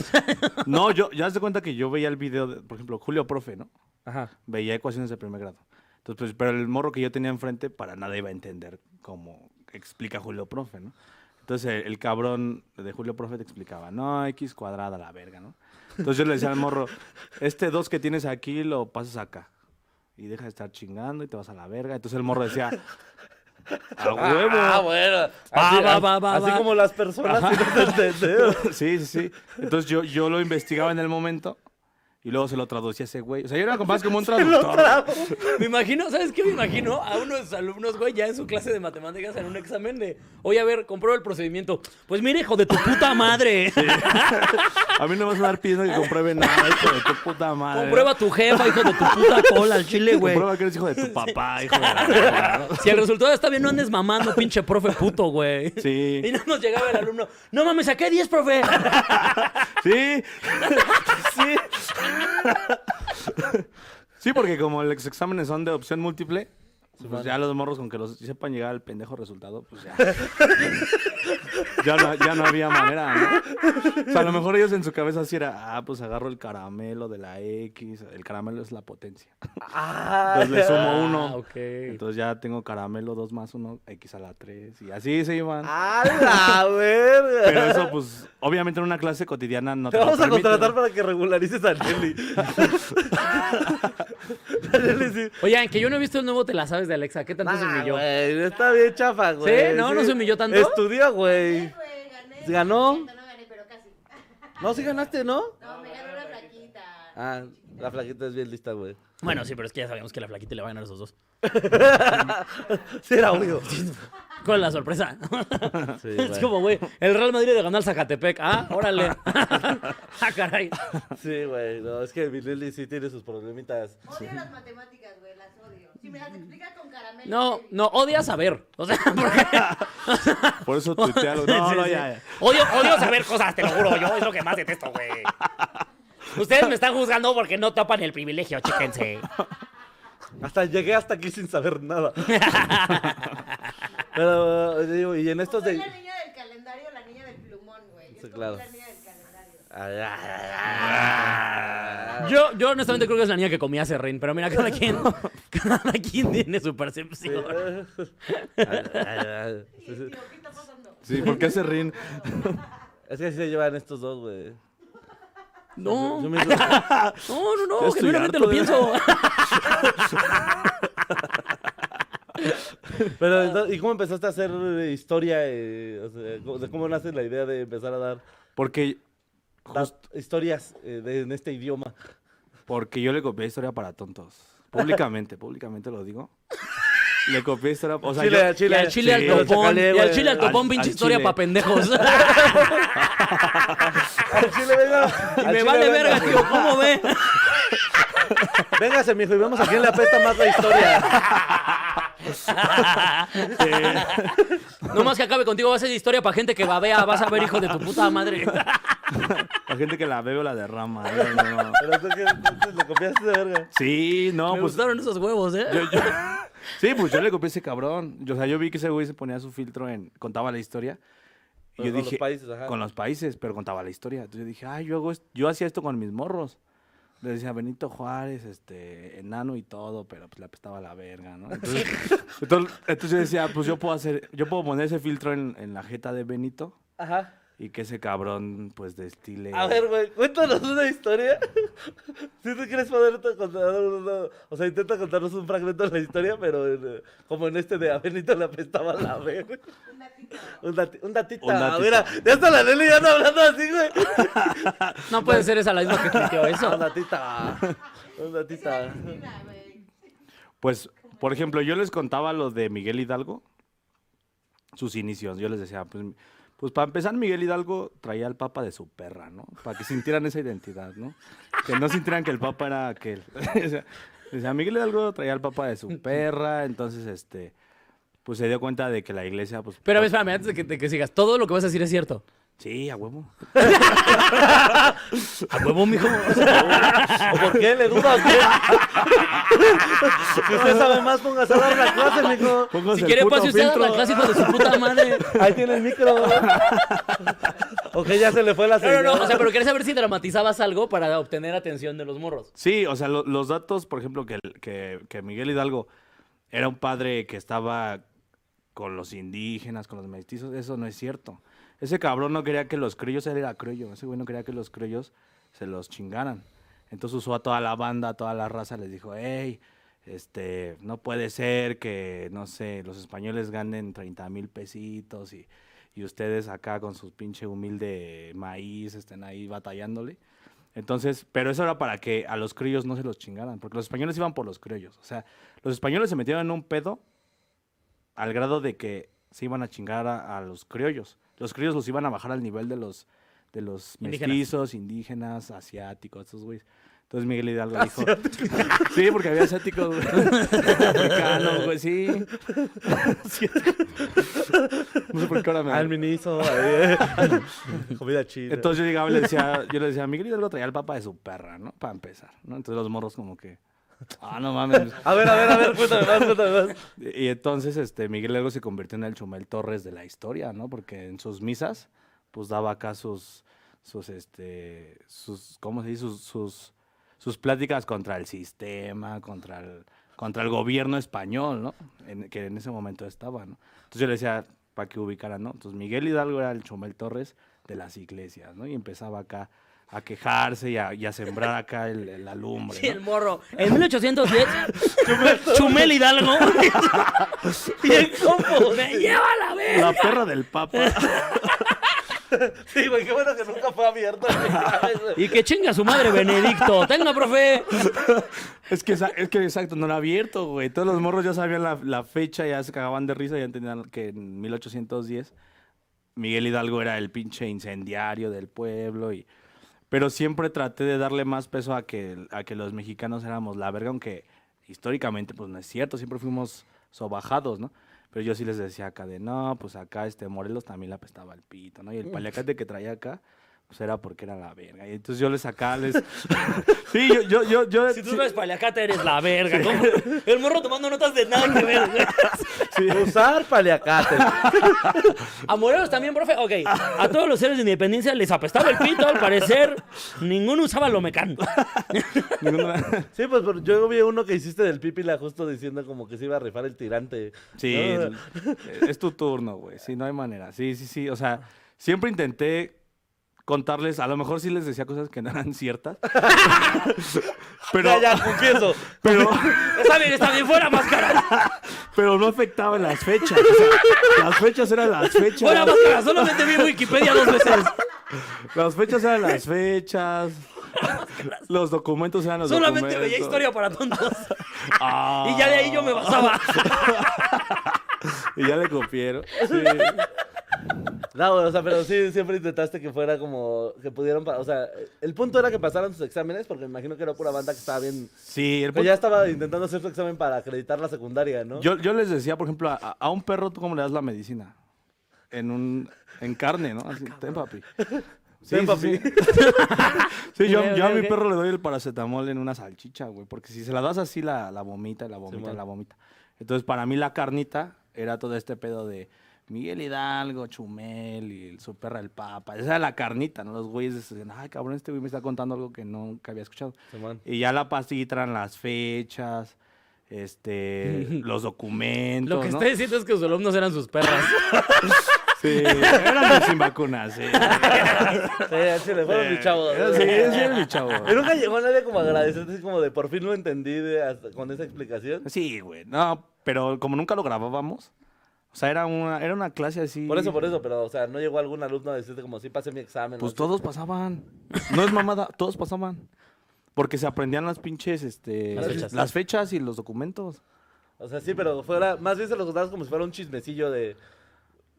C: No, yo, ya haz de cuenta que yo veía el video, de, por ejemplo, Julio Profe, ¿no?
A: Ajá.
C: Veía ecuaciones de primer grado. Entonces, pues, pero el morro que yo tenía enfrente para nada iba a entender cómo explica Julio Profe, ¿no? Entonces, el, el cabrón de Julio Profe te explicaba, no, x cuadrada, la verga, ¿no? Entonces yo le decía al morro, este 2 que tienes aquí lo pasas acá. Y deja de estar chingando y te vas a la verga. Entonces el morro decía,
B: [laughs]
C: a huevo.
A: Ah, bueno.
B: Va,
A: Así,
B: va, va, va,
A: así
B: va.
A: como las personas que no te entendieron.
C: [laughs] Sí, sí, sí. Entonces yo, yo lo investigaba en el momento y luego se lo traducía a ese güey. O sea, yo era más como un traductor.
B: [laughs] Me imagino, ¿sabes qué? Me imagino a unos alumnos, güey, ya en su clase de matemáticas en un examen de, oye, a ver, comprueba el procedimiento. Pues mira, hijo de tu puta madre. [laughs]
C: A mí no me vas a andar pidiendo que compruebe nada, hijo de tu puta madre.
B: Comprueba tu jefa, hijo de tu puta cola, al chile, güey.
C: Comprueba que eres hijo de tu papá, hijo de
B: [laughs]
C: la
B: Si el resultado está bien, no andes mamando, pinche profe puto, güey.
C: Sí.
B: [laughs] Y no nos llegaba el alumno. No mames, saqué 10, profe.
C: Sí. [laughs] Sí. Sí, porque como los exámenes son de opción múltiple, Sí, Pues ya los morros, con que los sepan llegar al pendejo resultado, pues ya. ya, no, ya no había manera, ¿no? O sea, a lo mejor ellos en su cabeza así era, ah, pues agarro el caramelo de la X. El caramelo es la potencia.
A: Ah,
C: Entonces le sumo
B: Ah,
C: uno.
B: ok.
C: Entonces ya tengo caramelo, dos más uno, X a la tres. Y así se iban.
A: ¡A la verga!
C: Pero eso, pues, obviamente en una clase cotidiana no
A: Te
C: lo
A: vamos a
C: permiten.
A: contratar para que regularices a [laughs] Nelly. La Nelly sí.
B: Oigan, que yo no he visto el nuevo Te la sabes de Alexa. ¿Qué tanto se
A: Ah,
B: humilló?
A: güey, está bien chafa, güey.
B: ¿No? ¿No se humilló tanto?
A: Estudia,
D: Sí,
A: güey.
D: güey, gané.
A: ¿Ganó?
D: No gané, pero casi.
A: No, sí ganaste, ¿no?
D: No, me ganó la flaquita.
A: Ah, la flaquita es bien lista, güey.
B: Bueno, sí, pero es que ya sabíamos que la flaquita le va a ganar a esos dos.
A: [laughs] Sí, era [laughs] obvio.
B: Con la sorpresa. [laughs]
A: Sí,
B: es
A: güey.
B: como, güey, el Real Madrid le ganó al Zacatepec. Ah, órale. [laughs] ah, caray.
A: Sí, güey. No, es que mi Nelly sí tiene sus problemitas.
D: Odio las matemáticas, güey, las odio. Si me las explicas con caramelo.
B: No,
D: güey.
B: no, odia saber. O sea, [laughs] porque...
C: Por eso
A: [laughs]
C: tuitealo.
B: [laughs]
C: No, no, [laughs] ya, ya.
B: Odio, odio saber cosas, te lo juro. Yo es lo que más detesto, güey. Ustedes me están juzgando porque no tapan el privilegio, chéquense.
A: Hasta llegué hasta aquí sin saber [laughs] nada. Pero, eh, digo, y en
D: O
A: estos
D: soy
A: de...
D: la niña del calendario, la niña del plumón, güey. Yo
A: Sí,
D: escogí
A: claro.
D: la niña del calendario.
A: Ay, ay, ay, ay.
B: Yo, yo honestamente creo que es la niña que comía serrín, pero mira, cada [laughs] quien, cada quien tiene su percepción.
A: Ay, ay, ay.
D: Y digo, ¿qué está pasando?
C: Sí, ¿por qué se ríen?
A: Es que así se llevan estos dos, güey.
B: No, no,
A: Yo me- yo
B: no,
A: me-
C: Ya
B: no,
C: estoy
B: genuinamente lo
C: harto de-
B: pienso.
C: [laughs]
A: Pero, entonces, ¿y cómo empezaste a hacer eh, historia? eh, o sea, ¿cómo- de ¿Cómo nace la idea de empezar a dar,
C: Porque,
A: dar historias eh, de- en este idioma?
C: porque yo le copié historia para tontos. Públicamente, públicamente lo digo. Le copié historia. O sea, yo-
B: Y al chile
C: Sí,
B: al topón,
A: chacalé,
B: y al
A: güey.
B: chile al
C: Al-
B: topón,
C: al
B: pinche historia
C: chile.
B: para pendejos.
A: Al chile, venga. al
B: Me
A: chile,
B: vale
A: venga,
B: verga,
A: güey.
B: tío, ¿cómo ve?
A: Véngase, mijo, y vemos a quién le apesta más la historia.
B: No más que acabe contigo, va a ser historia para gente que babea, vas a ver hijo de tu puta madre.
C: La gente que la bebe o la derrama. ¿eh? No, no.
A: Pero tú que entonces le copiaste de verga.
C: Sí, no,
B: Me
C: pues.
B: gustaron esos huevos, ¿eh?
C: yo- yo- Sí, pues yo le copié a ese cabrón. Yo- O sea, yo vi que ese güey se ponía su filtro en. contaba la historia. Y
A: Pero con
C: yo
A: los
C: dije.
A: países, ajá.
C: Con los países, pero contaba la historia. Entonces yo dije, ah, yo hago esto- yo hacía esto con mis morros. Le decía Benito Juárez, este, enano y todo, pero pues le apestaba la verga, ¿no? Entonces, [laughs] entonces- entonces yo decía, pues yo puedo hacer, yo puedo poner ese filtro en, en la jeta de Benito
A: Ajá.
C: y que ese cabrón, pues, destile.
A: A ver, güey, cuéntanos una historia. [laughs] Si tú quieres poder contar una- O sea, intenta contarnos un fragmento de la historia, pero en, eh, como en este de a Benito le apestaba la verga.
D: Un gatito.
A: Un, dati- un datita.
C: Un datita.
A: Mira, ya está la Nelly ya no hablando así, güey.
B: No puede ser esa la misma que tuiteó
A: un
B: eso.
A: datita. Un
D: Es una [laughs]
A: datita.
D: Cristina, güey.
C: Pues, por ejemplo, yo les contaba lo de Miguel Hidalgo, sus inicios. Yo les decía, pues, m- pues para empezar, Miguel Hidalgo traía al Papa de su perra, ¿no? Para que sintieran esa identidad, ¿no? Que no sintieran que el Papa era aquel. [laughs] o sea, decía, Miguel Hidalgo traía al Papa de su perra, entonces, este, pues se dio cuenta de que la iglesia, pues...
B: Pero a ver, espérame, antes de que, de que sigas, todo lo que vas a decir es cierto.
C: Sí, a huevo.
B: A huevo, [laughs] mijo.
A: ¿O por qué le dudas?
C: [laughs]
A: güey? [laughs] si usted sabe más, póngase a dar la clase, mijo.
C: Póngase
B: Si
C: el
B: quiere,
C: puto
B: pase usted a
C: filtro.
B: la clase, hijo de su puta madre.
A: Ahí tiene
B: [laughs]
A: el micro. ok, ya se le fue la
B: No, no,
A: señal.
B: no. O sea, pero quería saber si dramatizabas algo para obtener atención de los morros.
C: Sí, o sea, lo- los datos, por ejemplo, que, el- que- que Miguel Hidalgo era un padre que estaba con los indígenas, con los mestizos, eso no es cierto. Ese cabrón no quería que los criollos, él era criollo, ese güey no quería que los criollos se los chingaran. Entonces usó a toda la banda, a toda la raza, les dijo, hey, este, no puede ser que, no sé, los españoles ganen 30 mil pesitos y, y ustedes acá con su pinche humilde maíz estén ahí batallándole. Entonces, pero eso era para que a los criollos no se los chingaran, porque los españoles iban por los criollos. O sea, los españoles se metieron en un pedo al grado de que se iban a chingar a, a los criollos. Los criollos los iban a bajar al nivel de los, de los
B: Indígenas.
C: mestizos, indígenas, asiáticos, esos güeyes. Entonces Miguel Hidalgo dijo... Sí, porque había asiáticos, güey. Africanos, güey, sí. No sé por qué ahora me...
A: Al miniso. ahí, [laughs] eh. Comida china.
C: Entonces yo llegaba y le decía, yo le decía, Miguel Hidalgo traía al papá de su perra, ¿no? Para empezar, ¿no? Entonces los morros como que, Ah, no mames.
A: A ver, a ver, a ver, cuéntame más, cuéntame más.
C: Y entonces este, Miguel Hidalgo se convirtió en el Chumel Torres de la historia, ¿no? Porque en sus misas, pues daba acá sus, sus, este, sus, ¿cómo se dice? Sus, sus, sus pláticas contra el sistema, contra el, contra el gobierno español, ¿no? En- que en ese momento estaba, ¿no? Entonces yo le decía, para que ubicaran, ¿no? Entonces Miguel Hidalgo era el Chumel Torres de las iglesias, ¿no? Y empezaba acá a quejarse y a, y a sembrar acá el, el alumbre,
B: Sí,
C: ¿no?
B: el morro. En 1810, Chumel Hidalgo.
A: Y el combo.
B: ¡Me lleva la vez!
C: La perra del papa.
A: Sí, güey, qué bueno que nunca fue [laughs] abierto.
B: Y que chinga su madre, Benedicto. Tenga, profe.
C: Es que, esa- es que exacto, no era abierto, güey. Todos los morros ya sabían la, la fecha, ya se cagaban de risa, ya entendían que en 1810 Miguel Hidalgo era el pinche incendiario del pueblo. Y... Pero siempre traté de darle más peso a que, a que los mexicanos éramos la verga, aunque históricamente pues no es cierto, siempre fuimos sobajados, ¿no? Pero yo sí les decía acá de, no, pues acá este Morelos también la apestaba el pito, ¿no? Y el paliacate que traía acá, pues era porque era la verga. Y entonces yo les acá, les... [laughs] sí, yo, yo, yo, yo...
B: Si tú
C: sí-
B: no eres paliacate, eres la verga. ¿cómo? El morro tomando notas de nada que ver. güey.
A: Usar paliacate.
B: A Morelos también, profe. Ok. A todos los héroes de independencia les apestaba el pito, al parecer. Ninguno usaba lomecán.
C: Ninguna-
A: Sí, pues pero yo vi uno que hiciste del pipila justo diciendo como que se iba a rifar el tirante.
C: [laughs] Sí,
A: ¿no?
C: el- es tu turno, güey. Sí, no hay manera. Sí, sí, sí. O sea, siempre intenté contarles, a lo mejor sí les decía cosas que no
B: [laughs]
C: eran ciertas. pero,
A: Ya, ya, confieso.
C: pero,
B: Está bien, está bien. Fuera máscara.
C: pero no afectaban las fechas. o sea, las fechas eran las fechas.
B: Fuera máscara. Solamente vi Wikipedia dos veces.
C: Las fechas eran las fechas. Los documentos eran los
B: Solamente
C: documentos.
B: veía historia para tontos.
C: Ah,
B: Y ya de ahí yo me basaba.
C: y ya
B: [laughs]
C: le copiaron. Sí.
A: No, o sea, pero sí, siempre intentaste que fuera como que pudieran, pa- o sea, el punto era que pasaran sus exámenes, porque me imagino que era pura banda que estaba bien,
C: Sí, el
B: Pues
A: que ya estaba intentando hacer su examen para acreditar la secundaria, ¿no?
C: Yo, yo les decía, por ejemplo, a, a un perro, ¿tú cómo le das la medicina? En un en carne, ¿no? Así,
A: [laughs]
C: ten papi. Sí,
A: Ten,
C: sí, [laughs]
A: papi.
C: sí. Sí, yo,
B: Ok,
C: yo a
B: ok,
C: mi
B: ok.
C: perro le doy el paracetamol en una salchicha, güey. Porque si se la das así, la, la vomita, la vomita,
A: Simón.
C: la vomita. Entonces, para mí la carnita era todo este pedo de Miguel Hidalgo, Chumel y el- su perra el papa. Esa era la carnita, ¿no? Los güeyes decían, ay, cabrón, este güey me está contando algo que nunca había escuchado.
A: Simón.
C: Y ya la pastillita eran las fechas, este,
A: [laughs]
C: los documentos,
B: Lo que
C: ¿no?
B: estoy diciendo es que sus alumnos eran sus perras.
A: [laughs]
C: Sí, eran los sin vacunas, sí.
A: Sí, así le [laughs] fueron mis chavos.
C: Sí, sí, eran
A: [laughs]
C: mi chavo.
A: Y nunca llegó nadie como a agradecerte, así como de por fin lo entendí de- hasta- con esa explicación.
C: Sí, güey. No, pero como nunca lo grabábamos, o sea, era una, era una clase así.
A: Por eso, por eso, pero, o sea, no llegó algún alumno a decirte como, sí, pasé mi examen.
C: Pues
A: ¿no?
C: todos pasaban. No es mamada, todos pasaban. Porque se aprendían las pinches, este,
B: Las fechas.
C: las fechas y los documentos.
A: O sea, sí, pero fuera, más bien se los contabas como si fuera un chismecillo de...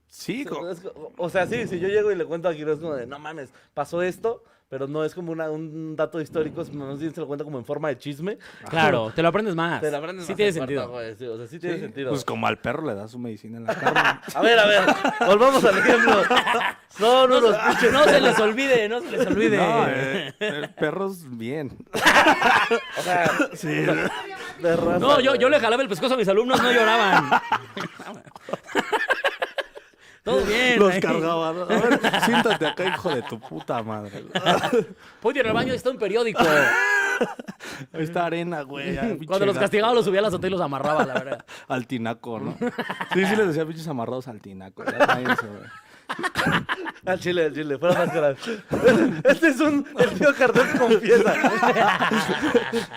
C: Sí, co-
A: Es co- O sea, sí, si yo llego y le cuento a Guido, es como de, no mames, pasó esto, pero no es como una- un dato histórico, sino más bien se lo cuento como en forma de chisme.
B: [laughs] Claro, te lo aprendes más.
A: Te la aprendes
B: Sí
A: más
B: tiene
A: en corto,
B: sentido.
A: güey, sí, o sea, sí tiene
C: sí,
A: sentido.
C: Pues como al perro le da su medicina en
A: [laughs]
C: la carne.
A: A ver, a ver, volvamos al ejemplo. Son
B: No,
A: unos
B: se-
A: pinches...
B: no se les olvide, no se les olvide.
C: No, eh, eh, perros bien.
A: O sea, [laughs] de raza,
B: No, yo,
A: güey.
B: yo le jalaba el pescozo a mis alumnos, no [laughs] lloraban. Todo bien.
C: Los
B: ahí.
C: cargaban. A ver, siéntate acá, hijo de tu puta madre.
B: Voy de ir al baño, está un periódico.
C: Ahí está arena, güey. ya, pinche
B: Cuando los
C: gato.
B: castigaba, los subía a la azotea y los amarraba, la verdad.
C: Al tinaco,
B: [laughs]
C: ¿no? Sí, sí les decía pinches amarrados al tinaco. ya cállense, güey.
A: Al chile, al chile, fuera máscara. [laughs] Este es un... El tío Cardón [laughs] confiesa.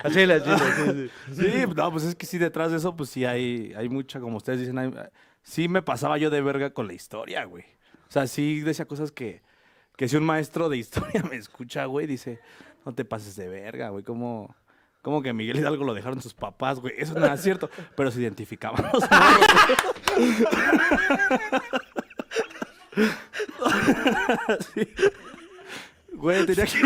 A: Al chile, al chile, sí, sí.
C: Sí, no, pues es que sí, detrás de eso, pues sí hay, hay mucha, como ustedes dicen, hay- sí me pasaba yo de verga con la historia, güey. O sea, sí decía cosas que, que si un maestro de historia [laughs] me escucha, güey, dice, no te pases de verga, güey, como... Como que Miguel Hidalgo lo dejaron sus papás, güey. Eso no era cierto. Pero se identificaban los morros. [laughs] Sí. Güey, tenía que...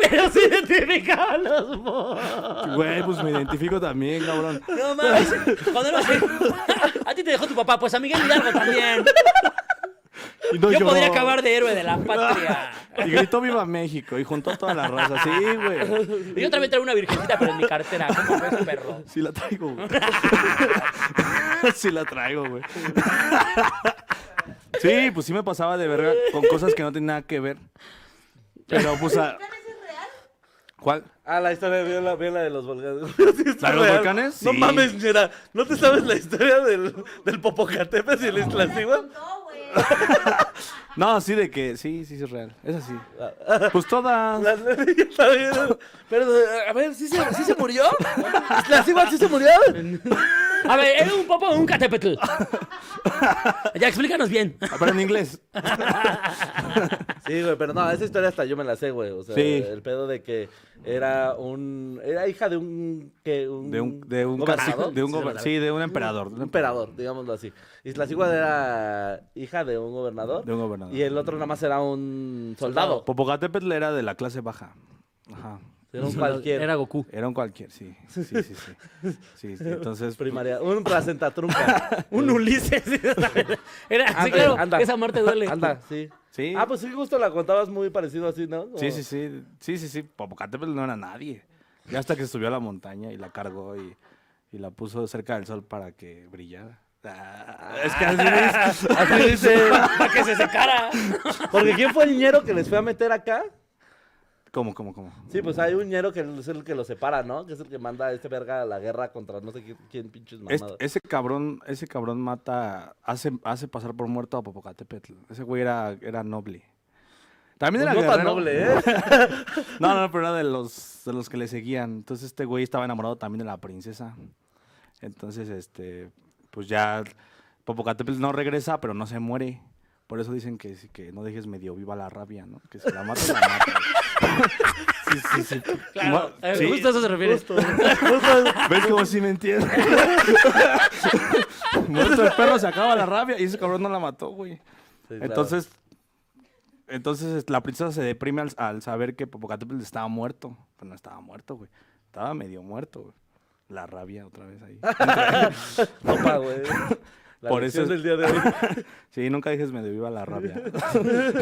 B: Pero [laughs] sí identificaba a los morros.
C: Güey, pues me identifico también, cabrón.
B: No mames. [laughs] Cuando era así. A ti te dejó tu papá, pues a Miguel Hidalgo también.
C: Y no
B: Yo
C: lloró.
B: podría acabar de héroe de la patria. [laughs]
C: Y gritó Viva México y juntó toda la raza. Sí, güey.
B: Y yo también traigo una virgencita, pero en mi cartera. ¿Cómo ves, perro?
C: Sí la traigo, güey. [laughs] sí la traigo, güey. [laughs] Sí, pues sí me pasaba de verga con cosas que no tenían nada que ver. Pero pues a...
D: ¿Pero eso es real?
C: ¿Cuál?
A: Ah, la historia de la, ve la de los volcanes. [laughs]
C: ¿La de los volcanes?
A: No
C: Sí.
A: mames, ñera. ¿No te sabes la historia del, del Popocatépetl y el
D: Me
A: Iztaccíhuatl?
D: contó, güey.
C: No, sí de que... Sí, sí, sí es real. Es así. Pues todas...
A: Las leyes también. Pero, a ver, ¿sí se, ¿sí se murió? ¿Iztaccíhuatl sí se murió?
B: A ver, era un popo de un catepetl. Ya, explícanos bien.
C: Pero en inglés.
A: Sí, güey, pero no, esa historia hasta yo me la sé, güey. O sea,
C: Sí.
A: el pedo de que era un... Era hija de un... Que, un
C: De un... De un, cacique-
A: gobernador.
C: de un
A: Sí, se me
C: gober-
A: la-
C: Sí, de un emperador.
A: un emperador, digámoslo así. Iztaccíhuatl era hija de un gobernador.
C: De un gobernador.
A: Y el otro nada más era un soldado.
C: Popocatépetl era de la clase baja. Ajá.
A: Era un cualquier.
B: Era Goku.
C: Era un cualquier, sí. Sí, sí, sí. sí. Sí, sí, entonces... pues,
A: primaria. Un placenta [laughs] trunca.
B: Un Ulises. [laughs] Era, sí,
A: Anda,
B: claro,
A: anda.
B: esa muerte duele.
A: Anda, sí.
C: Sí.
A: Ah, pues sí, justo la contabas muy parecido así, ¿no? Como-
C: Sí, sí, sí. Sí, sí, sí. Popocatépetl no era nadie. Ya hasta que subió a la montaña y la cargó y, y la puso cerca del sol para que brillara. Ah, es que así es. [laughs]
A: Así dice.
B: Para que se secara.
A: Porque ¿quién fue el ñero que les fue a meter acá?
C: ¿Cómo, cómo, cómo?
A: Sí, pues hay un ñero que es el que los separa, ¿no? Que es el que manda a este verga a la guerra contra no sé quién, quién pinches
C: Es-
A: mamadas.
C: Este, ese cabrón, ese cabrón mata, hace, hace pasar por muerto a Popocatépetl. Ese güey era, era noble. También
A: Pues no
C: era
A: tan
C: guerrero.
A: noble,
C: [laughs]
A: ¿eh?
C: No, no, pero era de los, de los que le seguían. Entonces este güey estaba enamorado también de la princesa. Entonces, este, pues ya Popocatépetl no regresa, pero no se muere. Por eso dicen que, sí- que no dejes medio viva la rabia, ¿no? Que si la mata, la mata. Sí, sí, sí.
B: Claro.
C: Ma-
B: eh,
C: sí.
B: Justo a eso se refiere.
A: Justo. Justo.
C: ¿Ves cómo sí me entiendes? Muerto el perro, se acaba la rabia. Y ese cabrón no la mató, güey.
A: Sí, claro.
C: Entonces, entonces la princesa se deprime al, al saber que Popocatépetl estaba muerto. Pero no estaba muerto, güey. Estaba medio muerto, güey. La rabia otra
A: [laughs]
C: vez ahí.
A: Opa, güey. La
C: Por
A: lección
C: eso-
A: del día de
C: [laughs]
A: hoy.
C: sí, nunca dejes medio viva la rabia.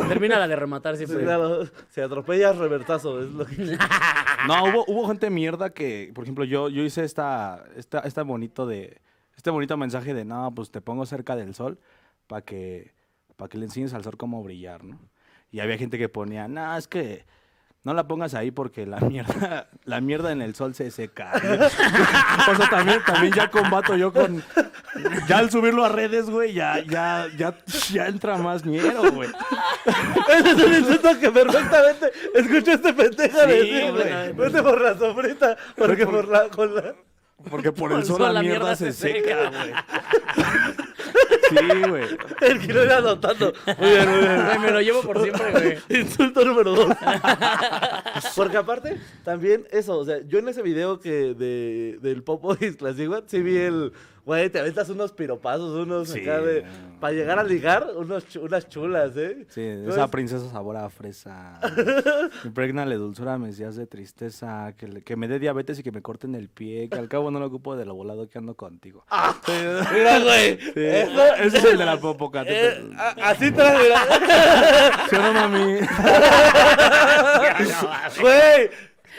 B: Termina la de rematar
A: Sí,
B: siempre.
A: claro. Si atropellas, revertazo. Es lo que...
C: [laughs] No, hubo, hubo gente mierda que, por ejemplo, yo, yo hice esta, esta, esta bonito de, este bonito mensaje de, no, pues te pongo cerca del sol para que, para que le enseñes al sol cómo brillar, ¿no? Y había gente que ponía, no, es que no la pongas ahí porque la mierda, [laughs] la mierda en el sol se seca. [laughs] o sea, también, también ya combato yo con, ya al subirlo a redes, güey, ya, ya, ya, ya entra más miedo, güey.
A: [laughs] Ese es un insulto que perfectamente escucho a este pendejo
C: Sí,
A: decir,
C: güey.
A: güey. Vete por la sombrita, porque por la, con la...
C: Porque por el sol la, mierda, se, seca, güey. [laughs] Sí, güey.
A: El que lo iba adoptando. Muy bien, muy bien.
B: Ay, me lo llevo por siempre, güey.
A: [laughs] Insulto número dos. [laughs] Porque aparte, también eso, o sea, yo en ese video que de, del Popo y Iztaccíhuatl sí vi el, güey, te aventas unos piropazos, unos
C: Sí,
A: acá de,
C: no.
A: para llegar a ligar, unos, chu- unas chulas, ¿eh?
C: Sí,
A: No
C: esa
A: es-
C: princesa sabor a fresa. Impregnale dulzura a mis días de tristeza. Que, le- que me dé diabetes y que me corten el pie. Que al cabo no lo ocupo de lo volado que ando contigo. Sí,
A: Mira, güey.
C: sí.
A: eso-
C: Ese es el de la popocate.
A: eh, a- así te la- mira.
C: [laughs] ¿Sí o no, mami?
A: Güey,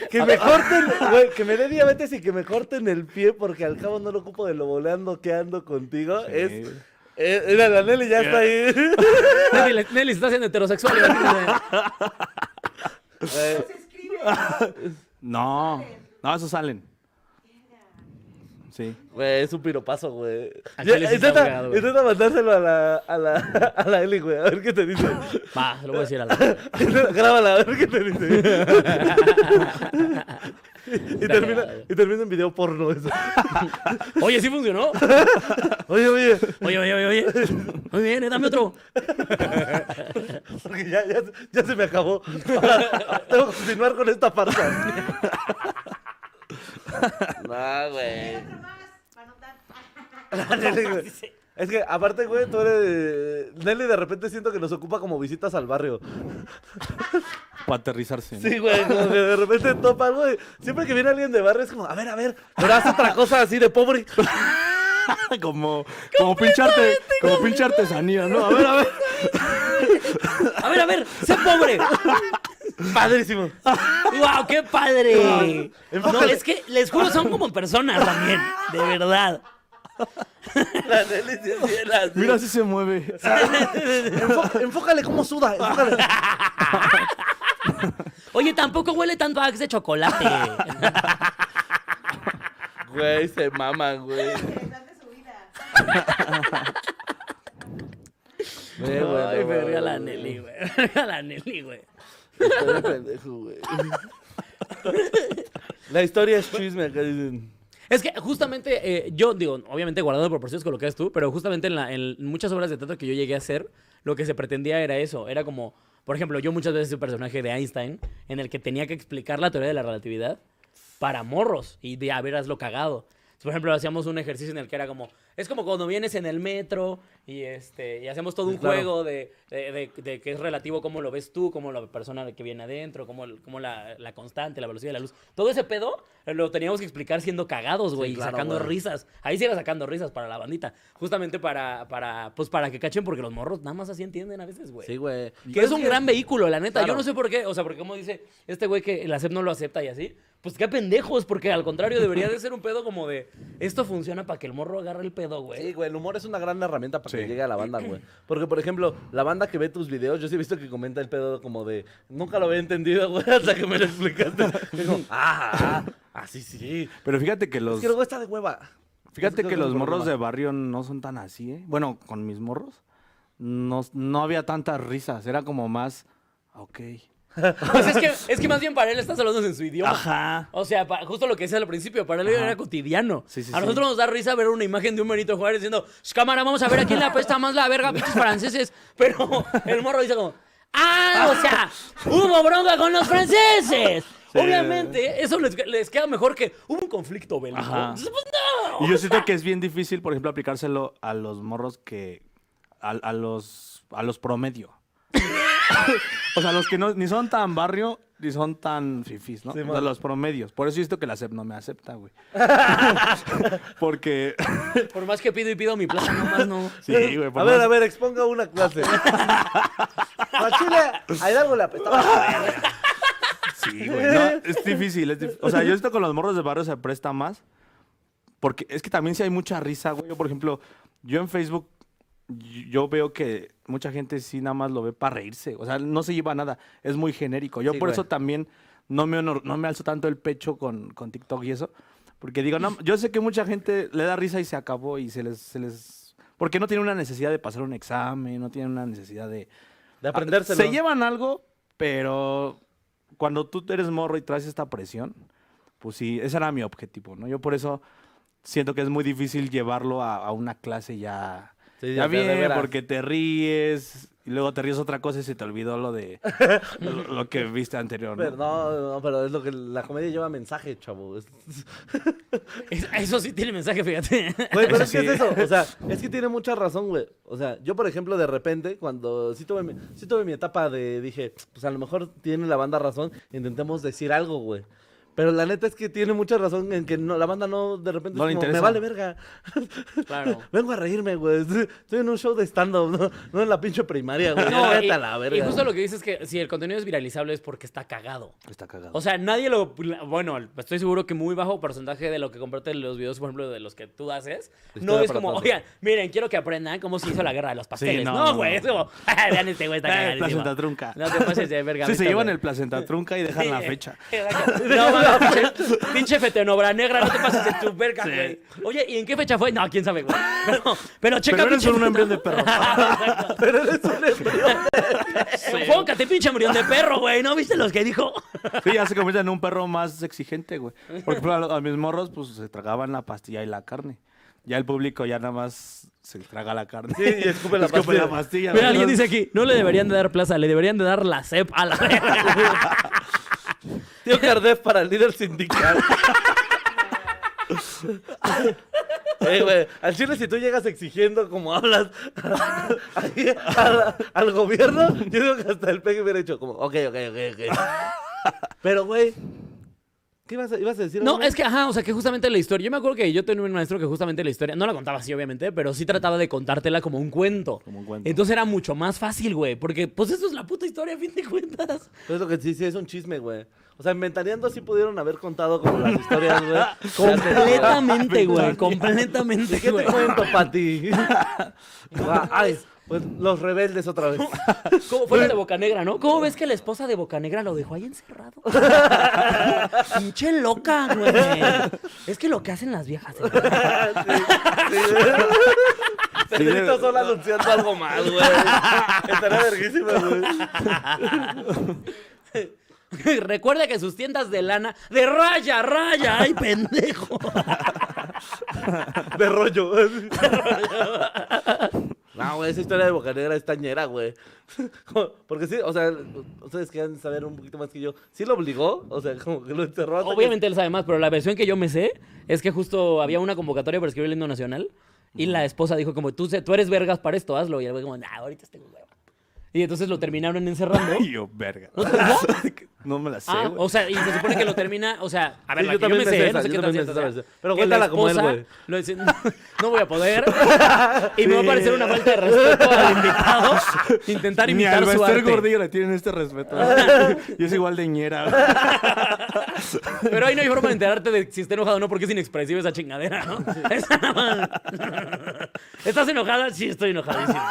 A: que me corten, güey, que me dé diabetes y que me corten el pie porque al cabo no lo ocupo de lo volando que ando contigo.
C: Sí.
A: Es. eh, mira, la Nelly ya está ahí.
B: Nelly, Nelly se está haciendo heterosexual. imagínate.
A: Güey,
D: Se escribe.
C: No. No, esos salen. Sí.
A: Güey, es un piropazo, güey.
B: Aquí
A: Ya,
B: les está
A: Intenta,
B: abogado, güey.
A: intenta mandárselo a la, a la, a la Eli, güey, a ver qué te dice.
B: Va, se lo voy a decir a la.
A: Grábala, a ver qué te dice. y, termina, y termina en video porno eso.
B: Oye, sí funcionó.
A: Oye, oye,
B: Oye, oye, oye, oye. Muy bien, eh, dame otro.
A: Porque ya, ya, ya se me acabó. Ahora tengo que continuar con esta farsa. no, güey.
D: Otro más, para anotar.
A: Nelly, güey. Es que, aparte, güey, tú eres... Nelly de repente siento que nos ocupa como visitas al barrio.
C: Para aterrizarse. ¿no? [laughs]
A: Sí, güey, como que de repente topa algo. y Siempre que viene alguien de barrio es como, a ver, a ver, pero haz otra cosa así de pobre.
C: como, como pincharte, como pinche artesanía, ¿no? A ver, a ver.
B: ver, a ver, sé pobre.
A: [laughs] Padrísimo.
B: ¡Wow, qué padre! No,
A: Enfócale.
B: es que les juro, son como personas también, de verdad.
A: La Nelly sí es bien así.
C: Mira si se mueve.
A: Enfó- enfócale cómo suda. Enfócale.
B: Oye, tampoco huele tanto a Axe de chocolate.
A: Güey, se maman, güey.
D: Interesante su vida.
A: Ve, güey,
B: Ay,
A: no,
B: verga la
A: güey.
B: Nelly, güey. [laughs] Verga la Nelly, güey.
A: Está de pendejo, güey. La historia es chisme, acá dicen.
B: Es que justamente eh, yo digo, obviamente guardando proporciones con lo que haces tú, pero justamente en, la- en muchas obras de teatro que yo llegué a hacer, lo que se pretendía era eso. Era como, por ejemplo, yo muchas veces hice un personaje de Einstein en el que tenía que explicar la teoría de la relatividad para morros y de haberaslo cagado. Por ejemplo, hacíamos un ejercicio en el que era como, es como cuando vienes en el metro y este y hacemos todo un
A: Claro.
B: juego de, de- de- de que es relativo cómo lo ves tú, cómo la persona que viene adentro, cómo, el- cómo la, la constante, la velocidad de la luz. Todo ese pedo lo teníamos que explicar siendo cagados, güey, y
A: claro,
B: sacando
A: güey.
B: risas. Ahí sí era sacando risas para la bandita, justamente para, para, pues para que cachen, porque los morros nada más así entienden a veces, güey.
A: Sí, güey.
B: Que es un gran vehículo, la neta. Yo
A: Pues Claro.
B: no sé por qué. O sea, porque como dice este güey que el ACEP no lo acepta y así. Pues qué pendejos, porque al contrario debería de ser un pedo como de... Esto funciona para que el morro agarre el pedo,
A: Sí,
B: güey.
A: güey, el humor es una gran herramienta para que
C: Sí.
A: llegue a la banda, güey. Porque, por ejemplo, la banda que ve tus videos, yo sí he visto que comenta el pedo como de, nunca lo había entendido, güey, [laughs] hasta que me lo explicaste. Digo, ah, ah, así sí.
C: Pero fíjate que los.
A: Es que luego está de hueva.
C: Fíjate
A: Creo
C: que
A: es un
C: los morros
A: [laughs]
C: de
A: problema.
C: barrio no son tan así, ¿eh? Bueno, con mis morros no, no había tantas risas, era como más, "Ah, ok.
B: Pues es que, es que más bien para él estás hablando en su idioma.
C: Ajá.
B: O sea, pa- justo lo que decía al principio, para él era cotidiano.
C: Sí, sí,
B: a
C: sí.
B: nosotros nos da risa ver una imagen de un Benito Juárez diciendo, "Sh, cámara, vamos a ver a quién le apesta más la verga, pinches franceses. Pero el morro dice como, ah, o sea, hubo bronca con los franceses. Obviamente, eso les, les queda mejor que hubo un conflicto bélico.
C: Ajá.
B: Entonces, pues, no.
C: Y yo siento que es bien difícil, por ejemplo, aplicárselo a los morros que. a, a los. a los promedio. [laughs] o sea, los que no, ni son tan barrio, ni son tan fifis, ¿no?
A: Sí,
C: O sea,
A: man.
C: los promedios. Por eso yo siento que la SEP no me
A: [laughs]
C: acepta, güey. [laughs] Porque.
B: Por más que pido y pido mi plaza, nomás no.
C: [laughs] Sí, güey. por
A: a ver,
C: más-
A: a ver, exponga una clase. [laughs] A Chile, a Hidalgo le apestaba.
C: [laughs] Sí, güey. no, es difícil. es dif- O sea, yo esto con los morros de barrio se presta más. Porque es que también sí hay mucha risa, güey. Yo, por ejemplo, yo en Facebook, y- yo veo que mucha gente sí nada más lo ve para reírse. O sea, no se lleva nada. Es muy genérico. Yo
A: Sí,
C: por
A: güey.
C: eso también no me, honor- no me alzo tanto el pecho con, con TikTok y eso. Porque digo, no, yo sé que mucha gente le da risa y se acabó y se les... Se les... Porque no tiene una necesidad de pasar un examen, no tiene una necesidad de...
A: De aprendérselo.
C: Ah, Se llevan algo, pero cuando tú eres morro y traes esta presión, pues sí, ese era mi objetivo, ¿no? Yo por eso siento que es muy difícil llevarlo a, a una clase ya,
A: Sí,
C: ya
A: o sea, de
C: bien,
A: veras.
C: porque te ríes, y luego te ríes otra cosa y se te olvidó lo de lo, lo que viste anterior, ¿no?
A: Pero no, no, pero es lo que la comedia lleva mensaje, chavo. Es-
B: Es- Eso sí tiene mensaje, fíjate.
A: Güey, pero
C: Eso
A: es que es
C: sí.
A: eso. O sea, es que tiene mucha razón, güey. O sea, yo, por ejemplo, de repente, cuando sí tuve, mi, sí tuve mi etapa de dije, pues a lo mejor tiene la banda razón, intentemos decir algo, güey. Pero la neta es que tiene mucha razón en que no, la banda no, de repente,
C: No
A: es
C: le
A: como, me
C: interesa.
A: vale verga.
B: Claro.
A: Vengo a reírme, güey. Estoy estoy en un show de stand-up, no, no en la pinche primaria, güey.
B: No,
A: Vete
B: y,
A: a la verga.
B: y justo lo que dices es que si el contenido es viralizable es porque está cagado.
C: Está cagado.
B: O sea, nadie lo. Bueno, estoy seguro que muy bajo porcentaje de lo que comparte los videos, por ejemplo, de los que tú haces. No
A: Historia
B: es
A: para
B: como,
A: todos.
B: oigan, miren, quiero que aprendan cómo se hizo la guerra de los pasteles.
C: no,
B: no,
C: no,
B: güey,
C: no.
B: es como, [laughs] "Ah, vean este güey, está
C: Eh,
B: cagadísimo.
C: [laughs] placenta trunca.
B: No te pases
C: [laughs]
B: de verga.
C: Sí, se
B: ahorita,
C: llevan
B: güey.
C: el placenta trunca y dejan la fecha.
B: Exacto. No, mames, pinche, pinche fetenobra negra, no te pases de tu verga,
C: Sí.
B: güey. Oye, ¿y en qué fecha fue? No, quién sabe, güey. Pero, pero checa
C: Pero eres
B: pinche
C: un embrión
B: [laughs]
C: de perro.
A: Pero eres un embrión.
B: Enfócate, pinche embrión de perro, güey. ¿No viste los que dijo?
C: Sí, ya se convierte en un perro más exigente, güey. Porque por ejemplo, a, lo- a mis morros, pues se tragaban la pastilla y la carne. Ya el público ya nada más se traga la carne.
A: Sí, y escupe la pastilla.
C: pastilla,
B: Mira, alguien
C: ¿verdad?
B: dice aquí, no le deberían de dar plaza, le deberían de dar la CEP a la
C: [laughs]
B: verga.
A: Tío Cardef para el
B: [laughs]
A: líder sindical. Eh, güey, al chile si tú llegas exigiendo como hablas [laughs] ahí al, al gobierno, yo digo que hasta el PG hubiera hecho como, ok, ok, ok, ok. Pero, güey, ¿Qué ibas a, ibas a decir?
B: No,
A: Adriana?
B: es que, ajá, o sea, que justamente la historia. Yo me acuerdo que yo tenía un maestro que justamente la historia, no la contaba así, obviamente, pero sí trataba de contártela como un cuento.
C: Como un cuento.
B: Entonces era mucho más fácil, güey, porque pues eso es la puta historia, a fin de cuentas.
A: Pero Es Pues lo que sí, sí, es un chisme, güey. O sea, inventariando sí pudieron haber contado como las historias, güey.
B: [laughs] Completamente, güey, completamente,
A: ¿De qué te
B: güey.
A: cuento,
B: [laughs]
A: Pati? Ah, Ay, pues los rebeldes otra vez.
B: ¿Cómo fue la de Bocanegra, no? ¿Cómo ves que la esposa de Bocanegra lo dejó ahí [laughs] encerrado? Pinche loca, güey. Es que lo que hacen las viejas. ¿eh?
A: Pedrito solo anunciando algo más, güey. Estaría verguísima, güey.
B: [laughs] Recuerda que sus tiendas de lana. ¡De raya, raya! ¡Ay, pendejo!
A: De rollo. No, güey, esa historia de Bocanegra es tañera, güey. Porque sí, o sea, ustedes querían saber un poquito más que yo. ¿Sí lo obligó? O sea, como que lo encerró. hasta que-
B: Obviamente él sabe más, pero la versión que yo me sé es que justo había una convocatoria para escribir el himno nacional y la esposa dijo como, tú, se- tú eres vergas para esto, hazlo. Y él fue como, nah, ahorita tengo hueva. Y entonces lo terminaron encerrando.
C: Ay, yo, verga. no me la sé,
B: Ah,
C: güey.
B: o sea, y se supone que lo termina, o
A: [laughs]
B: sea, a ver, la
A: Sí, yo
B: que yo
A: también
B: me
A: me
B: sé,
A: sé
B: no
A: esa,
B: sé
A: yo
B: qué tan
A: también
B: cierta
A: sé esa
B: sea.
A: versión. Pero
B: Que la
A: cuéntala como él,
B: esposa
A: güey.
B: lo dice, no, voy a
A: [laughs]
B: poder. [laughs] y me va a parecer una falta de respeto al
A: [laughs]
B: invitado intentar
C: Ni
B: imitar
C: al
B: su
C: Bester
B: arte.
C: Gordillo le tienen este respeto. Yo es igual de
B: [laughs]
C: ñera. güey.
B: Pero ahí no hay forma de enterarte de si está enojado o no, porque es inexpresiva esa chingadera, ¿no? [laughs] Es nada más. [laughs] ¿Estás enojada? Sí, estoy enojadísimo.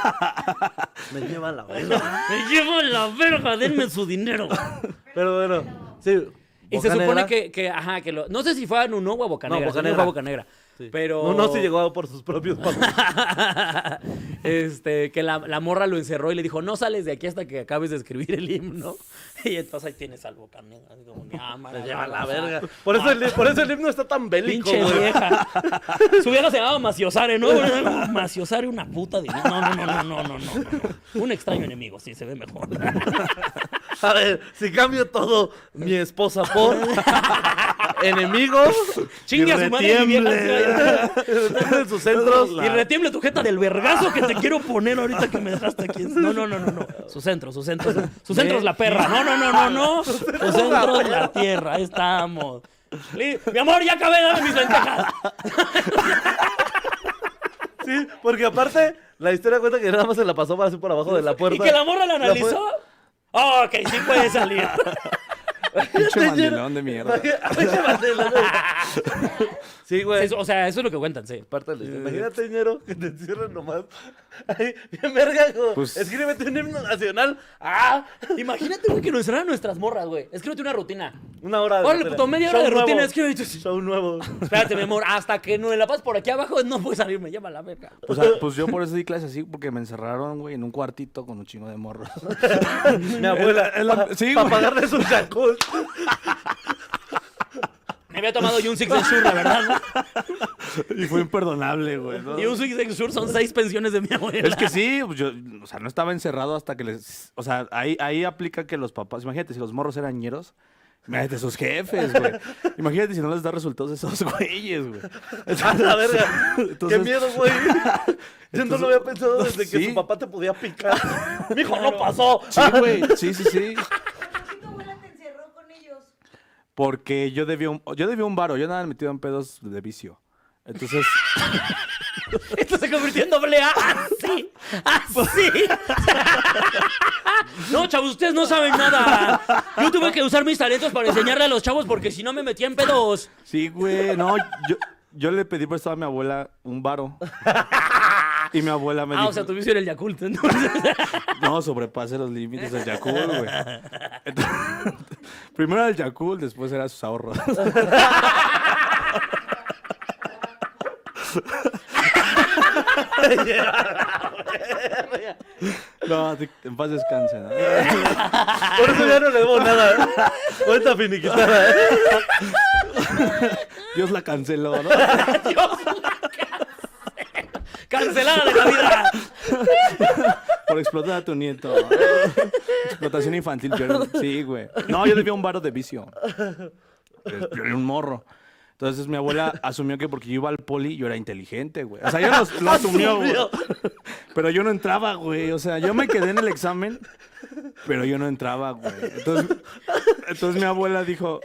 A: Me lleva la verga.
B: Me llevo la verga, denme su dinero.
A: Pero bueno, sí.
B: Y se
A: Bocanegra-
B: supone que, que, ajá, que lo. No sé si fue a Nuno o a Bocanegra.
A: No,
B: según yo
A: Bocanegra.
B: fue a Bocanegra.
A: sí.
B: Pero.
A: No, no, sí llegó por sus propios pasos.
B: [laughs] este, que la, la morra lo encerró y le dijo, no sales de aquí hasta que acabes de escribir el himno. [laughs] Y entonces ahí tienes al Bocanegra. así como, "Ah,
A: Me
B: mara,
A: lleva la
B: mara".
A: verga. Por eso, el, hi- por eso el himno está tan bélico,
B: Ah, Pinche
A: güey. [laughs]
B: vieja. Su vieja se llamaba Maciosare, ¿no? Maciosare, una puta de... No, no, no, no, no, no, no. no. Un extraño enemigo, sí, se ve mejor.
A: A ver, si cambio todo, mi
B: [laughs]
A: esposa por enemigos
B: Chingue a su madre, mi vieja. sí,
A: [laughs] en sus centros.
B: vaya. Y retiemble tu jeta del vergazo que te quiero poner ahorita que me dejaste aquí. No, no, no, no, no. Su centro, su centro. Su centro es la perra. No, no, no, no, no. Su centro es la tierra. Ahí estamos. Li- Mi amor, ya acabé, dame mis ventajas.
A: Sí, porque aparte, la historia cuenta que nada más se la pasó para así por abajo de la puerta.
B: Y que la morra la
A: La fue-
B: analizó. Ah, ok, sí puede salir.
C: Pinche mandilón de mierda.
A: Pinche
B: [laughs]
A: mandilón, güey. Sí, güey.
B: Eso- Eh. o sea, eso es lo que cuentan, sí.
A: Parte de la historia. Imagínate, ñero, que te encierren nomás. Ay, bien verga, güey.
C: Pues-
A: Escríbete un himno nacional. ¡Ah!
B: Imagínate, güey, que nos encerraran nuestras morras, güey. Escríbete una rutina.
A: Una hora de
B: Órale,
A: rutina.
B: puto, media hora de
A: Show
B: rutina,
A: nuevo.
B: escribe y tú-
A: Show
C: [laughs]
A: nuevo.
B: Espérate, mi amor, hasta que no me la pases por aquí abajo, no puedes salirme, llama la verga.
C: Pues, ah, pues yo por eso di clases así, porque me encerraron, güey, en un cuartito con un chingo
B: [laughs]
C: de morros.
A: Mi abuela.
C: Es la-
A: pa-
C: sí,
A: Para
C: güey.
A: pagarle sus chacos.
B: Me había tomado yo un Six Sur, la verdad.
C: Y fue imperdonable, güey. [laughs] ¿no?
B: Y un Six Sur son seis pensiones de mi abuela.
C: Es que sí, pues yo, o sea, no estaba encerrado hasta que les. O sea, ahí, ahí aplica que los papás. Imagínate, si los morros eran ñeros, imagínate sus jefes, güey. Imagínate si no les da resultados a esos [laughs] güeyes, güey.
A: [laughs] A la verga.
C: Entonces-
A: Qué miedo,
C: [laughs]
A: güey. Yo no lo había pensado desde que
C: Sí.
A: su papá te podía
C: [laughs]
A: picar. Mijo, no pasó.
C: Sí, güey. Sí, sí, sí.
D: ¿Por qué tu abuela te encerró con ellos?
C: Porque yo debía un, yo debía un varo, yo nada metido en pedos de vicio. Entonces,
B: [laughs] Esto se convirtió en doble A. Ah, Así. Así. [laughs] No, chavos, ustedes no saben nada. Yo tuve que usar mis talentos para enseñarle a los chavos porque si no me metía en pedos.
C: sí, güey, no, yo, yo le pedí prestado a mi abuela un varo. Y mi abuela me
B: Ah,
C: dijo,
B: o sea, tu vicio era el Yakult, entonces.
C: no, sobrepase los límites del Yakult, güey. Entonces, [laughs] primero era el Yakult, después eran sus ahorros. [laughs] No, te- en paz descanse, ¿no?
A: Por eso ya no le debo nada. Cuenta finiquitada. ¿eh?
C: Dios la canceló, ¿no?
B: Dios, [laughs] cancelada de la vida. [laughs]
C: Por explotar a tu nieto. Explotación infantil. yo- sí, güey. No, yo debía un varo de vicio. Yo era un morro. Entonces mi abuela asumió que porque yo iba al poli, yo era inteligente, güey. O sea, yo lo, lo asumió, güey. Pero yo no entraba, güey. O sea, yo me quedé en el examen, pero yo no entraba, güey. Entonces, entonces mi abuela dijo,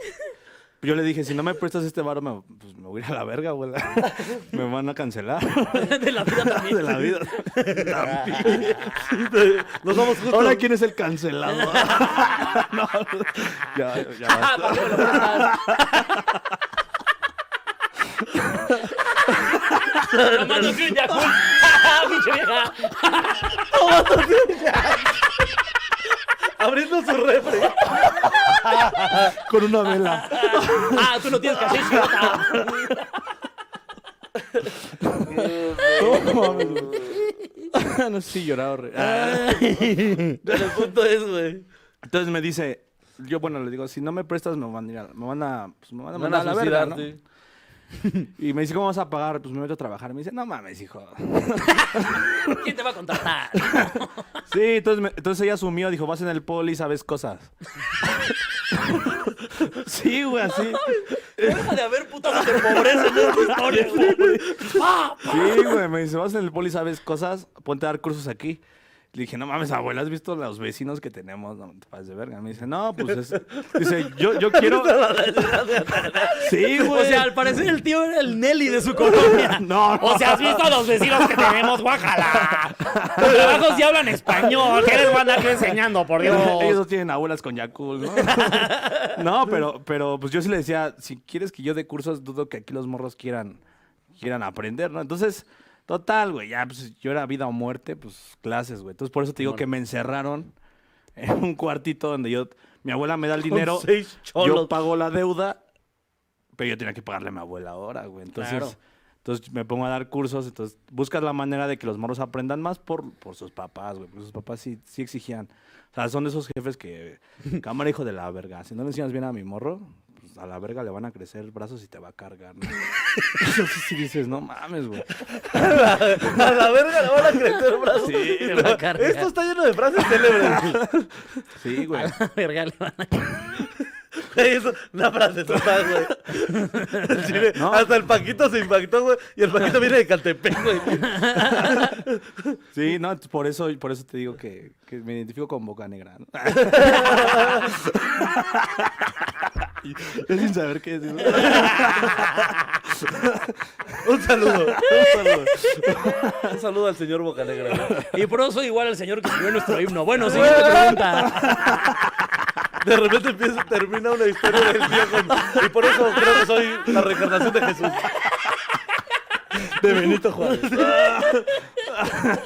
C: Yo le dije, si no me prestas este varo, me, pues me voy a ir a la verga, güey. [laughs] Me van a cancelar
B: [laughs] de la vida también.
C: de la vida.
A: Nos vamos justo.
C: [laughs] Ahora, ¿quién es el cancelado? [laughs] no, ya, ya
B: Ah,
C: basta.
B: ¿por qué me lo prestas? [laughs] Tomando Clean Yakult. [laughs] ¡Ah, pinche vieja!
A: Abriendo su
C: [laughs]
A: refri.
C: Con una vela.
B: ¡Ah, tú no tienes caché, chingada!
C: No mames, güey. [laughs] No sé si lloraba. o re- Ah.
A: Pero el punto es, güey.
C: Entonces me dice, yo bueno, le digo, si no me prestas, me van a ir a, me van a, pues, me van a
A: Van
C: mandar
A: a
C: a la verga, ¿no?
A: suicidarte.
C: Y me dice, ¿cómo vas a pagar? Pues me meto a trabajar. Me dice, no mames, hijo.
B: ¿Quién te va a contratar?
C: Sí, entonces, me- entonces ella asumió, dijo, vas en el poli y
A: [laughs]
C: sabes cosas. [laughs] sí, güey, así.
B: Deja de haber putas de pobreza en estas historias, güey. ¡Ah!
C: Sí, güey, me dice, vas en el poli y sabes cosas, ponte a dar cursos aquí. Le dije, no mames, abuela, ¿has visto los vecinos que tenemos? No, te pases de verga. Me dice, no, pues es... Dice,
B: [laughs]
C: yo, yo quiero... Sí, güey.
B: O sea, al parecer el tío era el Nelly de su colonia.
C: [laughs] No, no.
B: O sea, has visto a los vecinos que tenemos, guájala. Los de abajo sí hablan español. ¿Qué les van a andar enseñando, por Dios?
C: Ellos no tienen abuelas con Yakul, ¿no?
A: [laughs]
C: no, pero, pero pues yo sí le decía, si quieres que yo dé cursos, dudo que aquí los morros quieran, quieran aprender, ¿no? Entonces, total, güey, ya pues yo era vida o muerte, pues clases, güey. Entonces por eso te digo que me encerraron en un cuartito donde yo, mi abuela me da el
A: Con
C: dinero,
A: seis cholos.
C: yo pago la deuda, pero yo tenía que pagarle a mi abuela ahora, güey. Entonces...
B: Claro.
C: Entonces me pongo a dar cursos, entonces buscas la manera de que los morros aprendan más por, por sus papás, güey. Sus papás sí, sí exigían. O sea, son de esos
A: [laughs]
C: jefes que, cámara hijo de la verga, si no le enseñas bien a mi morro, pues a la verga le van a crecer brazos y te va a
A: [laughs]
C: cargar, ¿no? [laughs] Entonces sí dices, no mames, güey.
A: [laughs] A la verga le van a crecer brazos.
C: Sí,
A: Y
B: le
A: la-
B: va a cargar.
A: Esto está lleno de frases célebres.
C: [laughs] Sí, güey.
B: Verga, le van a...
A: Güey, Es una frase total,
C: [laughs]
A: güey. Al chile,
C: No.
A: Hasta el Paquito se impactó, güey. Y el Paquito viene de Caltepec, güey.
C: Sí, no, por eso, por eso te digo que, que me identifico con Boca Negra. ¿no? Y yo sin saber qué decir.
A: Un saludo.
C: Un saludo.
A: Un saludo al señor Bocanegra. güey.
B: Y por eso soy igual al señor que escribió nuestro himno. Bueno, siguiente pregunta. [laughs]
A: De repente empieza, termina una historia del día con... Y por eso creo que soy la reencarnación de Jesús.
C: De Benito Juárez.
A: Ah.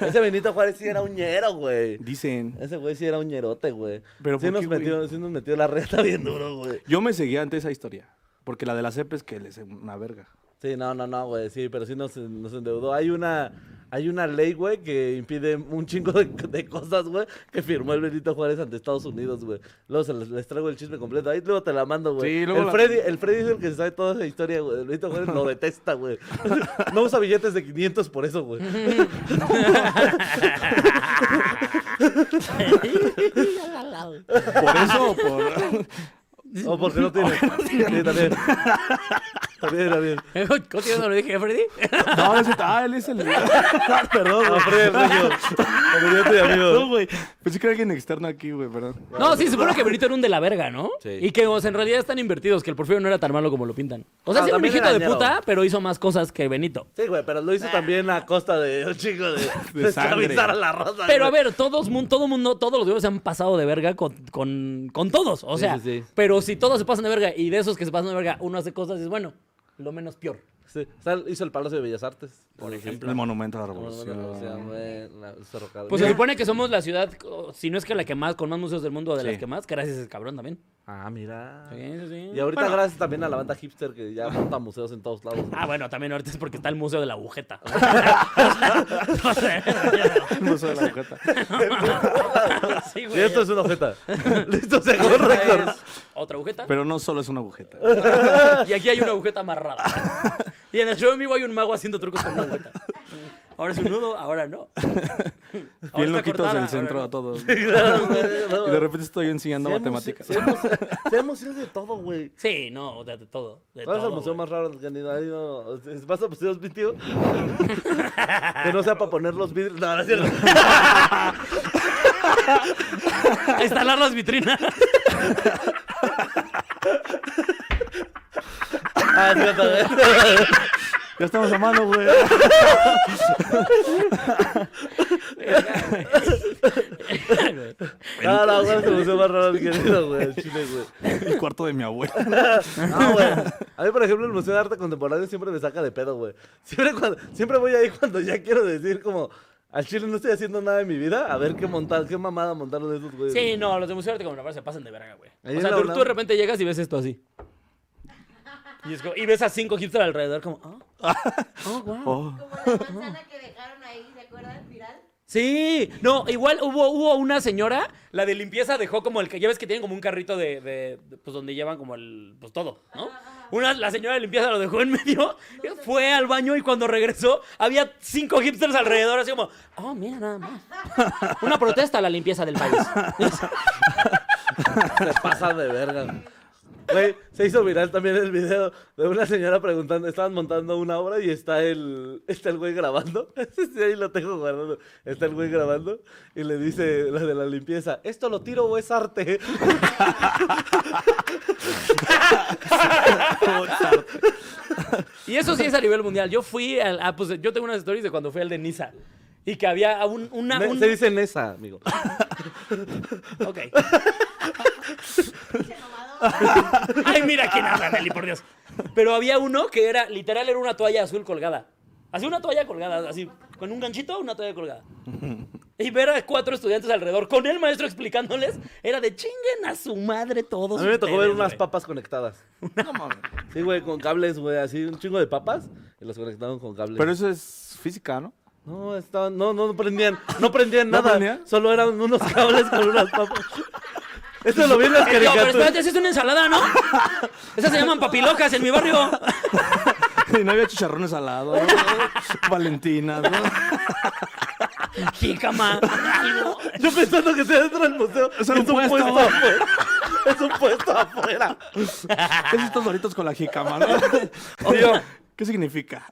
A: Ese Benito Juárez sí era un ñero, güey.
C: Dicen.
A: Ese güey sí era un ñerote, güey.
C: Pero
A: sí
C: ¿por
A: nos,
C: qué, güey?
A: metió, sí nos metió la reta bien duro, güey.
C: Yo me seguía ante esa historia. Porque la de la CEP es que les es una verga.
A: Sí, no, no, no, güey, sí, pero sí nos, nos endeudó. Hay una, hay una ley, güey, que impide un chingo de, de cosas, güey, que firmó el Benito Juárez ante Estados Unidos, güey. Luego se les, les traigo el chisme completo. Ahí luego te la mando, güey.
C: Sí, luego
A: el,
C: la-
A: Freddy, el Freddy es el que se sabe toda esa historia, güey. El Benito Juárez lo detesta, güey. No usa billetes de 500 por eso, güey.
C: Por [laughs] eso, o por.
A: O porque no tiene. Sí, también. También, también.
B: ¿Cómo que yo no lo dije, Freddy?
C: No, ese. Ah, él es el.
A: Perdón, no, Freddy, Regio. Comediante y
C: No,
A: amigo.
C: güey. Pensé que era alguien externo aquí, güey, perdón.
B: No, sí, supone que Benito era un de la verga, ¿no?
A: Sí.
B: Y que o sea, en realidad están invertidos, que el Porfirio no era tan malo como lo pintan. O sea,
A: No,
B: sí era un
A: también
B: hijito
A: era
B: de
A: ñero.
B: puta, pero hizo más cosas que Benito.
A: Sí, güey, pero lo hizo también a costa de un chingo de, de,
C: De sangre.
A: esclavizar a la raza.
B: Pero a
A: güey.
B: ver, todos, mun- todo mundo, todos los dioses se han pasado de verga con, con, con todos. O
A: Sí,
B: sea,
A: sí, sí.
B: pero si todos se pasan de verga y de esos que se pasan de verga, uno hace cosas y es bueno, lo menos peor.
A: Sí, o sea, hizo el Palacio de Bellas Artes, por ejemplo.
C: El monumento a la
A: Bueno, bueno, o sea,
C: revolución.
A: güey, la- el ferrocarril.
B: Pues se
A: Mira.
B: supone que somos la ciudad, o, si no es que la que más, con más museos del mundo o de las
C: Sí.
B: que más, gracias a ese cabrón también.
A: Ah, mira.
B: Sí, sí, sí.
A: Y ahorita gracias también a la banda hipster que ya monta museos en todos lados. güey.
B: Ah, bueno, también ahorita es porque está el Museo de la
A: [laughs]
B: Agujeta. [laughs]
C: El museo de la Bogotá.
B: [laughs] sí,
A: Y
B: güey.
A: esto es una
B: [laughs]
A: ojeta. Listo, se acabó el récord.
B: Otra agujeta.
C: Pero no solo es una agujeta.
B: Y aquí hay una agujeta amarrada. Y en el show en vivo hay un mago haciendo trucos con una agujeta. Ahora es un nudo, ahora
C: [laughs]
B: no.
C: Bien
B: lo
C: loquitos
B: quitas
C: del centro a todos. Y
A: Claro, güey, no.
C: de repente estoy enseñando
A: Sí hay
C: matemáticas.
A: muse- sí hay muse- sí hay museos de todo, güey.
B: Sí, no, de, de todo. De
A: ¿Cuál es el
B: todo,
A: museo
B: güey.
A: más raro del que han ido? ¿Han ido- ¿Es- ¿Vas a museos, mi tío? que no sea para poner los vidrios. No, no es cierto.
C: [laughs]
B: A instalar las vitrinas.
A: Ah, sí, otra vez.
B: [laughs]
C: Ya estamos a mano, güey.
A: No, no, güey, se me hizo más raro el querido, güey. al Chile, güey.
C: [laughs] El cuarto de mi abuela.
A: No, güey. A mí, por ejemplo, el Museo de Arte Contemporáneo siempre me saca de pedo, güey. Siempre, cuando, siempre voy ahí cuando ya quiero decir como... Al chile no estoy haciendo nada de mi vida. A ver qué montar, qué mamada montaron esos güeyes.
B: Sí, no, los de Museo de Arte Contemporáneo se pasan de verga, güey.
A: Ahí
B: O
A: en
B: sea,
A: la
B: tú,
A: UNAM.
B: tú de repente llegas y ves esto así. Y, es como- y ves a cinco hipsters alrededor como, ah,
A: [laughs]
B: oh, wow.
C: Oh.
D: Como la manzana que dejaron ahí, ¿se acuerdan? Viral.
B: Sí, no, igual hubo, hubo una señora, la de limpieza dejó como el que, ya ves que tienen como un carrito de, de- de, pues donde llevan como el, pues todo, ¿no? Una, la señora de limpieza lo dejó en medio, fue al baño y cuando regresó había cinco hipsters alrededor, así como, oh, mira nada más. Una protesta a la limpieza del país.
A: Se pasa de verga. Güey, se hizo viral también el video de una señora preguntando, estaban montando una obra y está el, está el güey grabando. [laughs] Sí, ahí lo tengo guardado. Está el güey grabando y le dice la de la limpieza, ¿esto lo tiro o es arte?
B: Y eso sí es a nivel mundial. Yo fui, al, ah, pues yo tengo unas stories de cuando fui al de Niza. Y que había un- una...
A: Ne-
B: un-
A: Se dice Nesa, amigo.
B: Ok.
A: [laughs]
D: Pinche mamador.
B: [laughs] Ay, mira quién habla, Nelly, por Dios. Pero había uno que era, literal, era una toalla azul colgada. Así una toalla colgada, así, con un ganchito, una toalla colgada. Y ver a cuatro estudiantes alrededor con el maestro explicándoles, era de chinguen a su madre todos.
A: A mí me tocó ver
B: ustedes,
A: unas
B: güey".
A: papas conectadas. [laughs] Sí, güey, con cables, güey, así un chingo de papas y las conectaron con cables.
C: Pero eso es física, ¿no? [laughs]
A: No, estaban, no, no no prendían, no prendían
C: ¿No
A: nada.
C: prendían?
A: Solo eran unos cables con unas
C: [laughs]
A: papas. Esto lo vi en las
B: Eh, tío, pero
A: caricaturas.
B: espérate, esa es una ensalada,
A: [laughs]
B: ¿no? Esas se llaman papilocas en mi barrio.
C: Y no había chicharrones al lado. [laughs] ¿no? Valentinas, [laughs] ¿no?
B: Jícama, algo.
A: Yo pensando que está dentro del museo. Es,
C: un
A: un puesto,
C: puesto, güey.
A: afuera. Es un puesto afuera.
C: ¿Qué es estos doritos con la jicama, [laughs] no?
A: Tío.
C: ¿Qué [laughs] significa?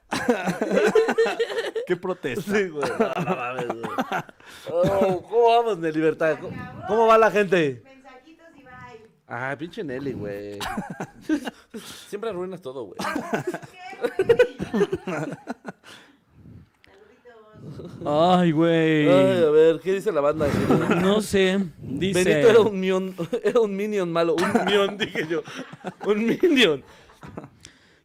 C: ¿Qué protesta?
A: Sí, güey. No, no mames, güey. Oh, ¿Cómo vamos, Nelly Libertad? ¿Cómo, cómo va la gente?
D: Mensajitos y bye.
A: Ah, pinche Nelly, [laughs] güey. Siempre arruinas todo, güey.
D: ¿Qué, güey? Saluditos.
B: Ay,
A: Ay, a
B: güey.
A: ver, ¿qué dice la
C: [laughs]
A: banda?
B: No sé, dice...
A: Benito era un, mion, [laughs] era un minion malo.
C: [laughs]
A: Un
B: [laughs]
A: minion, dije yo. Un minion.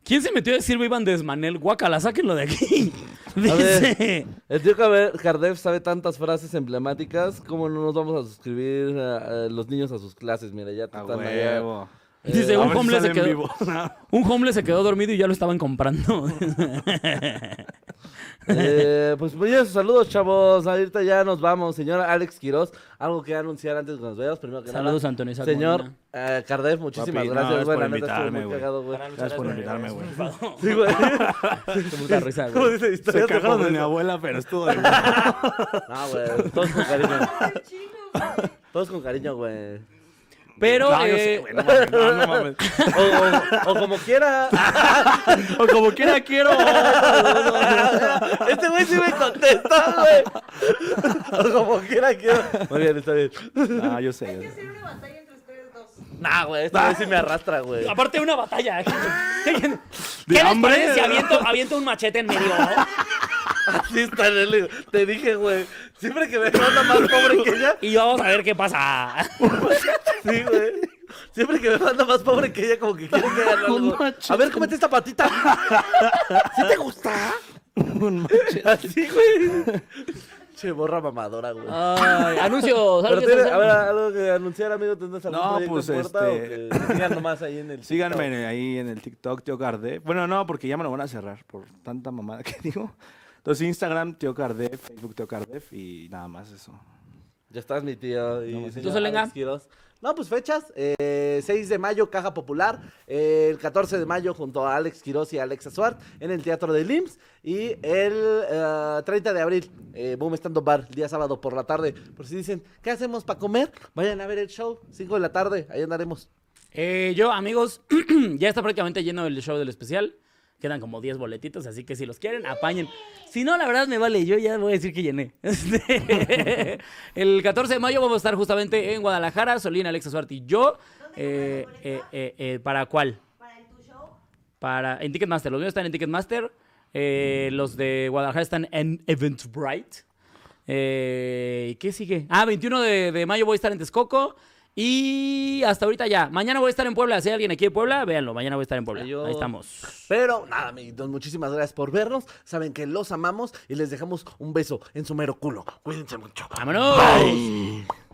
B: ¿Quién se metió a decir vivan desmanel? Guacala, sáquenlo de aquí.
A: A
B: Dice.
A: ver, el tío Cabe- Cardev sabe tantas frases emblemáticas. ¿Cómo no nos vamos a suscribir a, a los niños a sus clases? Mira, ya te
C: A
A: están allá.
C: huevo.
B: Dice,
C: Eh, A
B: un
C: ver si
B: homeless se
C: sale en
B: quedó.
C: vivo.
B: Un homeless se quedó dormido y ya lo estaban comprando. [laughs]
A: Eh, pues muchos saludos, chavos. Ahorita ya nos vamos. Señora Alex Quiroz, algo que anunciar antes de que nos veamos. Primero que
B: Saludos,
A: nada,
B: Antonio Isaac
A: Señor
B: Molina.
A: eh, Cardev, muchísimas
C: Papi, no,
A: gracias.
C: es
A: güey,
C: por
A: la neta, estuvo
C: invitarme,
A: muy
C: güey.
A: cagado, güey.
C: Gracias por invitarme, güey.
A: Sí, güey.
B: [laughs] Puta risa, güey.
A: ¿Cómo dice?
C: Se
A: Historia [laughs]
C: cagaron de mi abuela, pero estuvo de
A: No, güey. Todos con cariño.
D: Un chingo, güey.
A: Todos con cariño, güey.
B: Pero,
C: No, yo
B: eh,
C: sé, güey, no mames, no, no [laughs] mames.
A: O, o- o como quiera.
C: [laughs] O como quiera quiero.
A: Este güey sí me contesta, güey. O como quiera, quiero. Muy bien, está bien.
C: Ah, yo sé.
D: Hay que
C: yo sé.
D: hacer una batalla entre ustedes dos.
A: Nah, güey, este güey sí me arrastra, güey.
B: aparte una
C: [laughs]
B: batalla. eh. ¿Qué
C: ¿De
B: les
C: hambre?
B: parece si aviento, aviento un machete en medio?
A: Así está, Nelly. Te dije, güey. Siempre que me manda más pobre que ella.
B: Y vamos a ver qué
C: [laughs]
B: pasa.
A: Sí, güey. Siempre que me manda más pobre que ella, como que quiere que haga algo. A ver, cómete esta patita. ¿Sí te gusta?
C: Un machete.
A: Así, güey. Che, borra mamadora, güey.
B: Ay, anuncio. ¿sabes
A: Pero
B: qué
A: tiene,
B: es
A: a
B: eso?
A: ver, algo que anunciar, amigo, ¿tendrás algún
C: No,
A: proyecto
C: pues,
A: en puerta
C: este-
A: o que [laughs] sigan nomás ahí en el
C: Síganme
A: TikTok?
C: en- ahí en el TikTok, Tío Cardé. Bueno, no, porque ya me lo van a cerrar por tanta mamada que [laughs] digo. Entonces, Instagram, Tío Cardé, Facebook, Tío Cardé y nada más eso.
A: Ya estás, mi tío. Y señor
B: ¿Tú, Solenga?
A: Alex Quiroz. No, pues fechas. eh, 6 de mayo, Caja Popular. eh, el 14 de mayo, junto a Alex Quiroz y Alexa Suart, en el Teatro de IMSS. Y el eh, 30 de abril, eh, Boom Stand Up Bar, día sábado por la tarde. Por si dicen, ¿qué hacemos para comer? Vayan a ver el show, 5 de la tarde, ahí andaremos.
B: Eh, yo, amigos, [clears throat] ya está prácticamente lleno el show del especial. Quedan como 10 boletitos, así que si los quieren, apañen. Si no, la verdad me vale, yo ya voy a decir que llené. [laughs] Este, el 14 de mayo vamos a estar justamente en Guadalajara, Solín, Alexa Suárez y yo. Eh,
D: ¿Dónde compras los
B: eh,
D: boletos?
B: eh, eh, ¿Para cuál?
D: Para el tu show.
B: para, en Ticketmaster. Los míos están en Ticketmaster. eh, los de Guadalajara están en Eventbrite. Eh, ¿y ¿Qué sigue? Ah, 21 de, de mayo voy a estar en Texcoco. Y hasta ahorita ya. Mañana voy a estar en Puebla. Si hay alguien aquí de Puebla, véanlo. Mañana voy a estar en Puebla.
A: Adiós.
B: Ahí estamos.
A: Pero nada, amiguitos, muchísimas gracias por vernos. Saben que los amamos y les dejamos un beso en su mero culo. Cuídense mucho.
B: ¡Vámonos!
A: Bye.